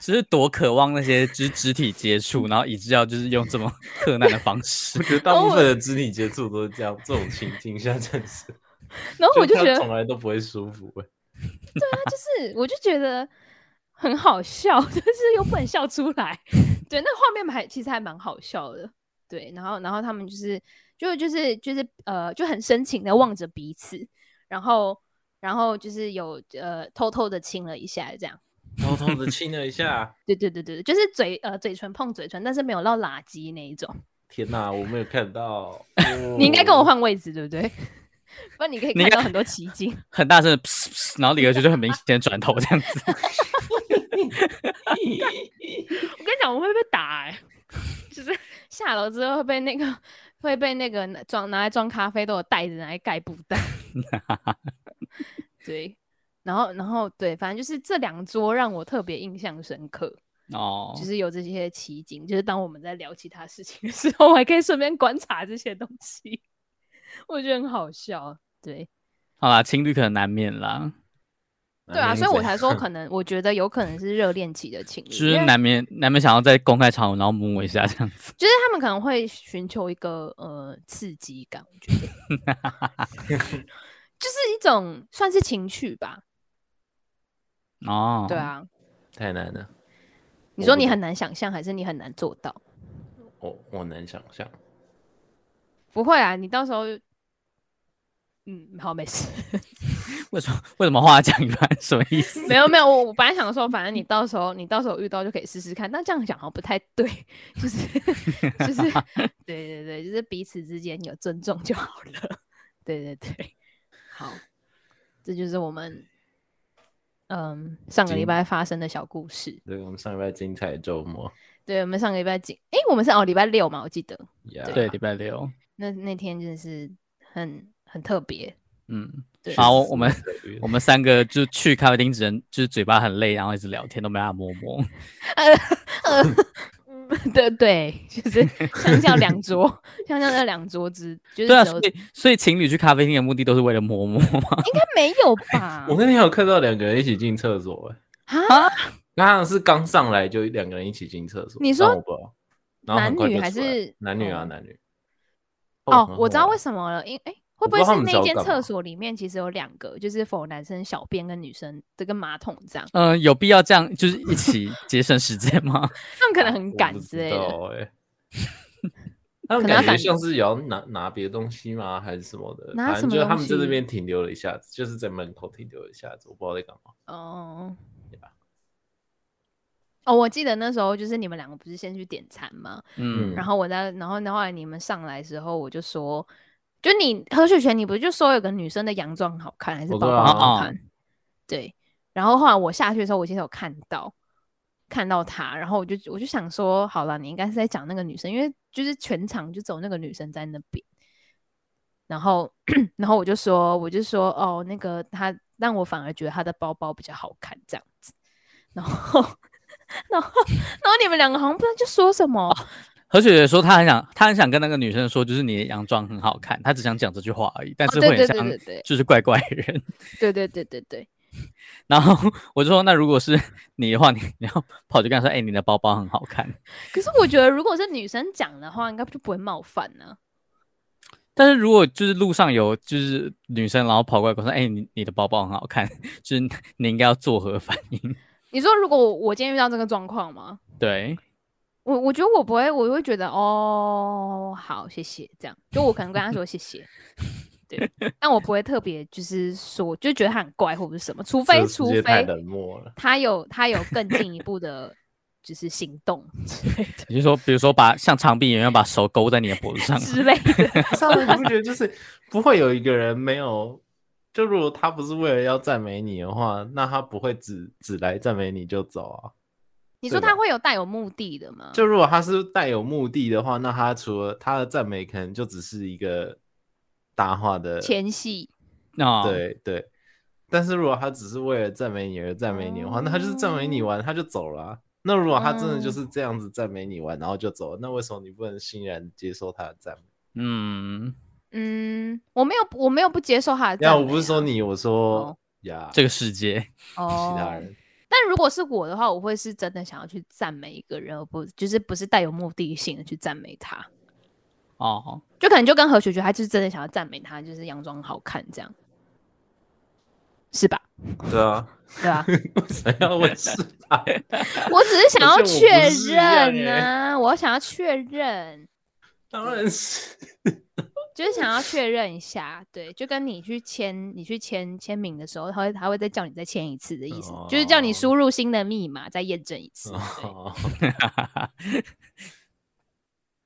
Speaker 2: 就是多渴望那些肢肢体接触，然后以致要就是用这么困难的方式
Speaker 1: 我，觉得大部分的肢体接触都是这样，这种情境下真是，
Speaker 3: 然后我就
Speaker 1: 他
Speaker 3: 觉得
Speaker 1: 从来都不会舒服。欸
Speaker 3: 就是，我就觉得很好笑， 但是又不能笑出来。对，那画面还其实还蛮好笑的。对，然后然后他们就是就就是就是呃就很深情的望着彼此，然后然后就是有呃偷偷的亲了一下这样。
Speaker 1: 偷偷的亲了一下。
Speaker 3: 对对对对，就是嘴呃嘴唇碰嘴唇，但是没有到垃圾那一种。
Speaker 1: 天哪、我没有看到。
Speaker 3: 你应该跟我
Speaker 1: 哦
Speaker 3: 换位置，对 不对？不然你可以
Speaker 2: 你
Speaker 3: 看
Speaker 2: 应该
Speaker 3: 到很多奇 迹。
Speaker 2: 很大声的噗噗噗，然后李格觉就很明显地转头这样子，
Speaker 3: 我跟你讲，我会被打哎、 就是下楼之后会被那个会被那个拿装拿来装咖啡豆的袋子拿来盖布 袋。对，然后然后对，反正就是这两桌让我特别印象深刻，
Speaker 2: 哦，
Speaker 3: 就是有这些奇景，就是当我们在聊其他事情的时候，我还可以顺便观察这些东西， 我觉得很好笑。对，
Speaker 2: 好啦，情侣可能难免啦，
Speaker 3: 对啊，所以我 才说，
Speaker 1: 能。
Speaker 3: 可能我觉得有可能是热恋期的情侣，
Speaker 2: 就
Speaker 3: 因
Speaker 2: 是
Speaker 3: 为
Speaker 2: 难免难免想要在公开场合然后摸一下这样子，
Speaker 3: 就是他们可能会寻求一个呃刺激感，我觉得就是一种算是情趣吧。
Speaker 2: 哦，
Speaker 3: 对，啊，
Speaker 1: 太难了，
Speaker 3: 你
Speaker 1: 我
Speaker 3: 说
Speaker 1: 不
Speaker 3: 你
Speaker 1: 懂
Speaker 3: 很难想象，还是你很难做到？
Speaker 1: 我我能想象。
Speaker 3: 不会啊，你到时候，嗯，好，没事，
Speaker 2: 为什么为什么话讲一半什么意思？
Speaker 3: 没有没有，我我本来想说，反正你到时候你到时候遇到就可以试试看，但这样讲好像不太对， 就是就是， 对对对，就是彼此之间有尊重就好了， 对对对，好，这就是我们嗯上个礼
Speaker 1: 今
Speaker 3: 拜发生的小故事。
Speaker 1: 对，我们上礼拜精彩周末，
Speaker 3: 对，我们上个礼拜几？诶，我们是哦礼拜六嘛，我记得
Speaker 1: 呀，
Speaker 2: 对，礼拜六，
Speaker 3: 那那天真的是很很特别，
Speaker 2: 嗯，
Speaker 3: 对，
Speaker 2: 好我们我
Speaker 1: 我
Speaker 2: 们三个就去咖啡厅，只能就是嘴巴很累，然后一直聊天，都没办法摸摸。
Speaker 3: 呃呃，嗯对对，就是相较两桌， 相较那两桌之，就是
Speaker 2: 对啊，
Speaker 3: 只有
Speaker 2: 所以所以情侣去咖啡厅的目的都是为了摸摸嘛。
Speaker 3: 应该没有吧？
Speaker 1: 我那天有看到两个人一起进厕所、欸，
Speaker 3: 啊，
Speaker 1: 那好像是刚上来就两个人一起进厕所。
Speaker 3: 你说
Speaker 1: 但我不知道然后很快就
Speaker 3: 男女还
Speaker 1: 出来
Speaker 3: 是
Speaker 1: 男女啊？
Speaker 3: 哦
Speaker 1: 男女。
Speaker 3: 哦，我知道为
Speaker 1: 么。
Speaker 3: 什么了，因诶，
Speaker 1: 啊我
Speaker 3: 会
Speaker 1: 不
Speaker 3: 不会
Speaker 1: 知道他
Speaker 3: 是
Speaker 1: 们
Speaker 3: 那
Speaker 1: 想要
Speaker 3: 间
Speaker 1: 干
Speaker 3: 厕
Speaker 1: 嘛
Speaker 3: 所里面其实有两个，就是否男生小便跟女生这个马桶这样，
Speaker 2: 嗯、有必要这样就是一起节省时间吗？
Speaker 3: 他们可能很赶
Speaker 1: 啊我不
Speaker 3: 之
Speaker 1: 知
Speaker 3: 类的。
Speaker 1: 道 欸他们
Speaker 3: 可能要
Speaker 1: 感觉
Speaker 3: 赶
Speaker 1: 像是也要拿拿别的东西吗，还是什么的？
Speaker 3: 拿
Speaker 1: 反
Speaker 3: 什
Speaker 1: 正
Speaker 3: 么
Speaker 1: 就是
Speaker 3: 东
Speaker 1: 他们在这
Speaker 3: 西
Speaker 1: 边停留了一下子，就是在门口停留了一下子，我不知道在干嘛。
Speaker 3: 哦
Speaker 1: 对吧。
Speaker 3: 哦，我记得那时候就是你们两个不是先去点餐吗？
Speaker 2: 嗯，
Speaker 3: 然后我在，然后然后后来你们上来的时候，我就说，就你何雪泉，你不就说有个女生的洋装很好看，还是
Speaker 1: 哦
Speaker 3: 包
Speaker 1: 对
Speaker 3: 包
Speaker 1: 啊
Speaker 3: 很好
Speaker 2: 哦
Speaker 3: 看？对。然后后来我下去的时候，我其实有看到看到她，然后我就我就想说，好了，你应该是在讲那个女生，因为就是全场就走那个女生在那边。然后 然后我就说，我就说哦，那个她让我反而觉得她的包包比较好看这样子。然后 然后 然后你们两个好像不知道就说什么，
Speaker 2: 何雪雪说她很想，她很想跟那个女生说，就是你的洋装很好看，她只想讲这句话而已，但
Speaker 3: 哦
Speaker 2: 是
Speaker 3: 对
Speaker 2: 会很
Speaker 3: 对对
Speaker 2: 像
Speaker 3: 对对
Speaker 2: 就是怪怪的人。
Speaker 3: 对对对对对。
Speaker 2: 然后我就说，那如果是你的话，你你要跑去跟她说，哎、你的包包很好看。
Speaker 3: 可是我觉得，如果是女生讲的话，应该就不会冒犯呢、
Speaker 2: 但是如果就是路上有就是女生，然后跑过来跟我说，哎、你你的包包很好看， 就是你应该要作何反应？
Speaker 3: 你说，如果我我今天遇到这个状况吗？
Speaker 2: 对，
Speaker 3: 我我觉得我不会，我会觉得哦，好，谢谢，这样就我可能跟他说谢谢，对，但我不会特别就是说，就觉得他很怪或者是什么，除
Speaker 1: 这
Speaker 3: 非
Speaker 1: 个世
Speaker 3: 除
Speaker 1: 界太
Speaker 3: 非
Speaker 1: 冷漠 了。
Speaker 3: 他有他有更进一步的，就是行动之类的
Speaker 2: 你就说，比如说把像长臂猿一样把手勾在你的脖子上，
Speaker 3: 之类的，
Speaker 1: 上面你不觉得就是不会有一个人没有？就如果他不是为了要赞美你的话，那他不会只只来赞美你就走啊。
Speaker 3: 你说
Speaker 1: 对吧
Speaker 3: 他会有带有目的的吗？
Speaker 1: 就如果他是带有目的的话，那他除了他的赞美，可能就只是一个搭话的。
Speaker 3: 前戏，
Speaker 2: 哦，
Speaker 1: 对对。但是如果他只是为了赞美你而赞美你的话，那他就是赞美你完他就走了啊、那如果他真的就
Speaker 3: 哦嗯
Speaker 1: 是这样子赞美你完，然后就走了，那为什么你不能欣然接受他的赞美？
Speaker 2: 嗯，
Speaker 3: 嗯，我没有我没有不接受他的赞
Speaker 1: 呀，
Speaker 3: 美啊，
Speaker 1: 我不是说你，我说
Speaker 3: 哦
Speaker 1: 呀，
Speaker 2: 这个世界，
Speaker 3: 哦，
Speaker 1: 其他人。
Speaker 3: 但如果是我的话，我会是真的想要去赞美一个人，而不就是不是带有目的性的去赞美他。
Speaker 2: 哦，
Speaker 3: 就可能就跟何雪雪，她就是真的想要赞美他，就是洋装好看这样，是吧？
Speaker 1: 对啊，
Speaker 3: 对吧？
Speaker 1: 为什么要问啊是他？
Speaker 3: 我只是想要
Speaker 1: 好像我不
Speaker 3: 确
Speaker 1: 是一样欸
Speaker 3: 认啊，我想要确认，
Speaker 1: 当然是。
Speaker 3: 就是想要确认一下。对，就跟你去签，你去签签名的时候，他会他会再叫你再签一次的意思，就是叫你
Speaker 1: 哦
Speaker 3: 输入新的密码再验证一次。对
Speaker 1: 哦，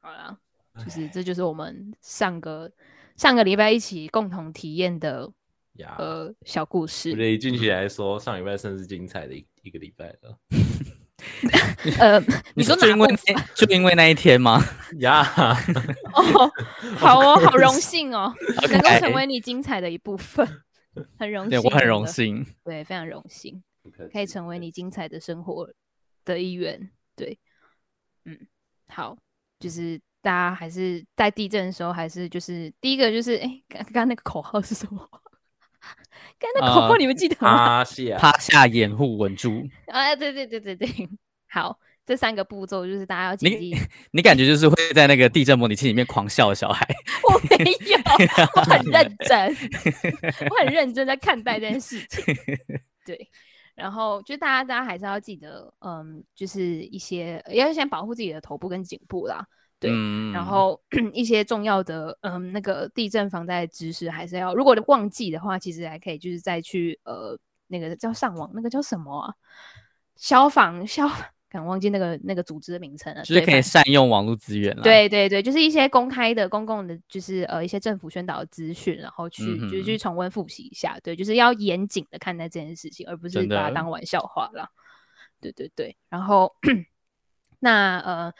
Speaker 3: 好啦，就是这就是我们上个上个礼拜一起共同体验的
Speaker 2: 啊
Speaker 1: 呀，我
Speaker 3: 呃小故
Speaker 1: 觉
Speaker 3: 事。
Speaker 1: 得以近期来说，上礼拜算是精彩的一一个礼拜了。
Speaker 3: 呃， 你说
Speaker 2: 就
Speaker 3: 哪
Speaker 2: 因为
Speaker 3: 部
Speaker 2: 那就因为那一天吗？
Speaker 1: 呀，
Speaker 3: 哦，好哦，好荣幸哦， 能够
Speaker 2: OK
Speaker 3: 成为你精彩的一部分，很荣
Speaker 2: 哎对
Speaker 3: 幸，
Speaker 2: 我很荣
Speaker 3: 真的，
Speaker 2: 幸。
Speaker 3: 对，非常荣幸，
Speaker 1: 不客
Speaker 3: 可以
Speaker 1: 气
Speaker 3: 成为你精彩的生活的一员。对，嗯，好，就是。大家还是在地震的时候，还是就是第一个就是，哎、刚刚刚那个口号是什么？ 刚刚那口号
Speaker 2: 呃
Speaker 3: 你们记得吗？
Speaker 1: 趴下，
Speaker 2: 趴下掩护稳住，
Speaker 3: 啊，对对对对对，好，这三个步骤就是大家要
Speaker 2: 你
Speaker 3: 谨记。
Speaker 2: 你感觉就是会在那个地震模拟器里面狂笑的小孩。
Speaker 3: 我没 有，哎我哦很认真，我很认真在看待这件事情。对，然后就大家大家还是要记得，嗯，就是一些要先保护自己的头部跟颈部啦。对
Speaker 2: 嗯
Speaker 3: 然后 一些重要的嗯那个地震防灾的知识还是要，如果忘记的话，其实还可以就是再去呃那个叫上网那个叫什么啊？消防消， 敢忘记那个那个组织的名称了，
Speaker 2: 就是
Speaker 3: 对
Speaker 2: 可以
Speaker 3: 反
Speaker 2: 善用网络资源啦。，
Speaker 3: 对对对，就是一些公开的、公共的，就是呃一些政府宣导的资讯，然后去、就是去
Speaker 2: 嗯
Speaker 3: 重温复习一下。对，就是要严谨的看待这件事情，而不是
Speaker 2: 真
Speaker 3: 把它
Speaker 2: 的
Speaker 3: 当玩笑话啦。对对对，然后 那呃，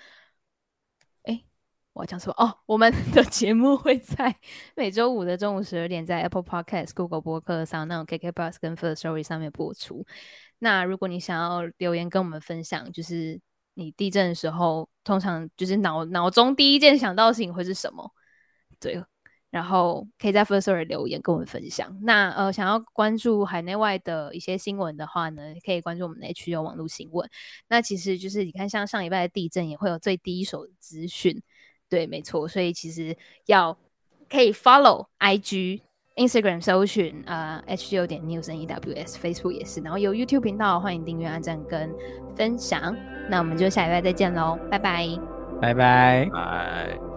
Speaker 3: 哎，我要讲什么？哦，我们的节目会在每周五的中午十二点在 Apple Podcast、Google 播客上、那种 KK Bus 跟 First Story 上面播出。那如果你想要留言跟我们分享，就是你地震的时候，通常就是脑脑中第一件想到的事情会是什么？对，然后可以在 First Story 留言跟我们分享。那呃，想要关注海内外的一些新闻的话呢，可以关注我们的 HU 网络新闻。那其实就是你看，像上礼拜的地震也会有最第一手的资讯，对，没错。所以其实要可以 follow IG。Instagram 搜寻呃 H U 点 News N E W S，Facebook 也是，然后有 YouTube 频道，欢迎订阅、按赞跟分享。那我们就下礼拜再见喽，拜拜。
Speaker 2: 拜拜。
Speaker 1: 哎。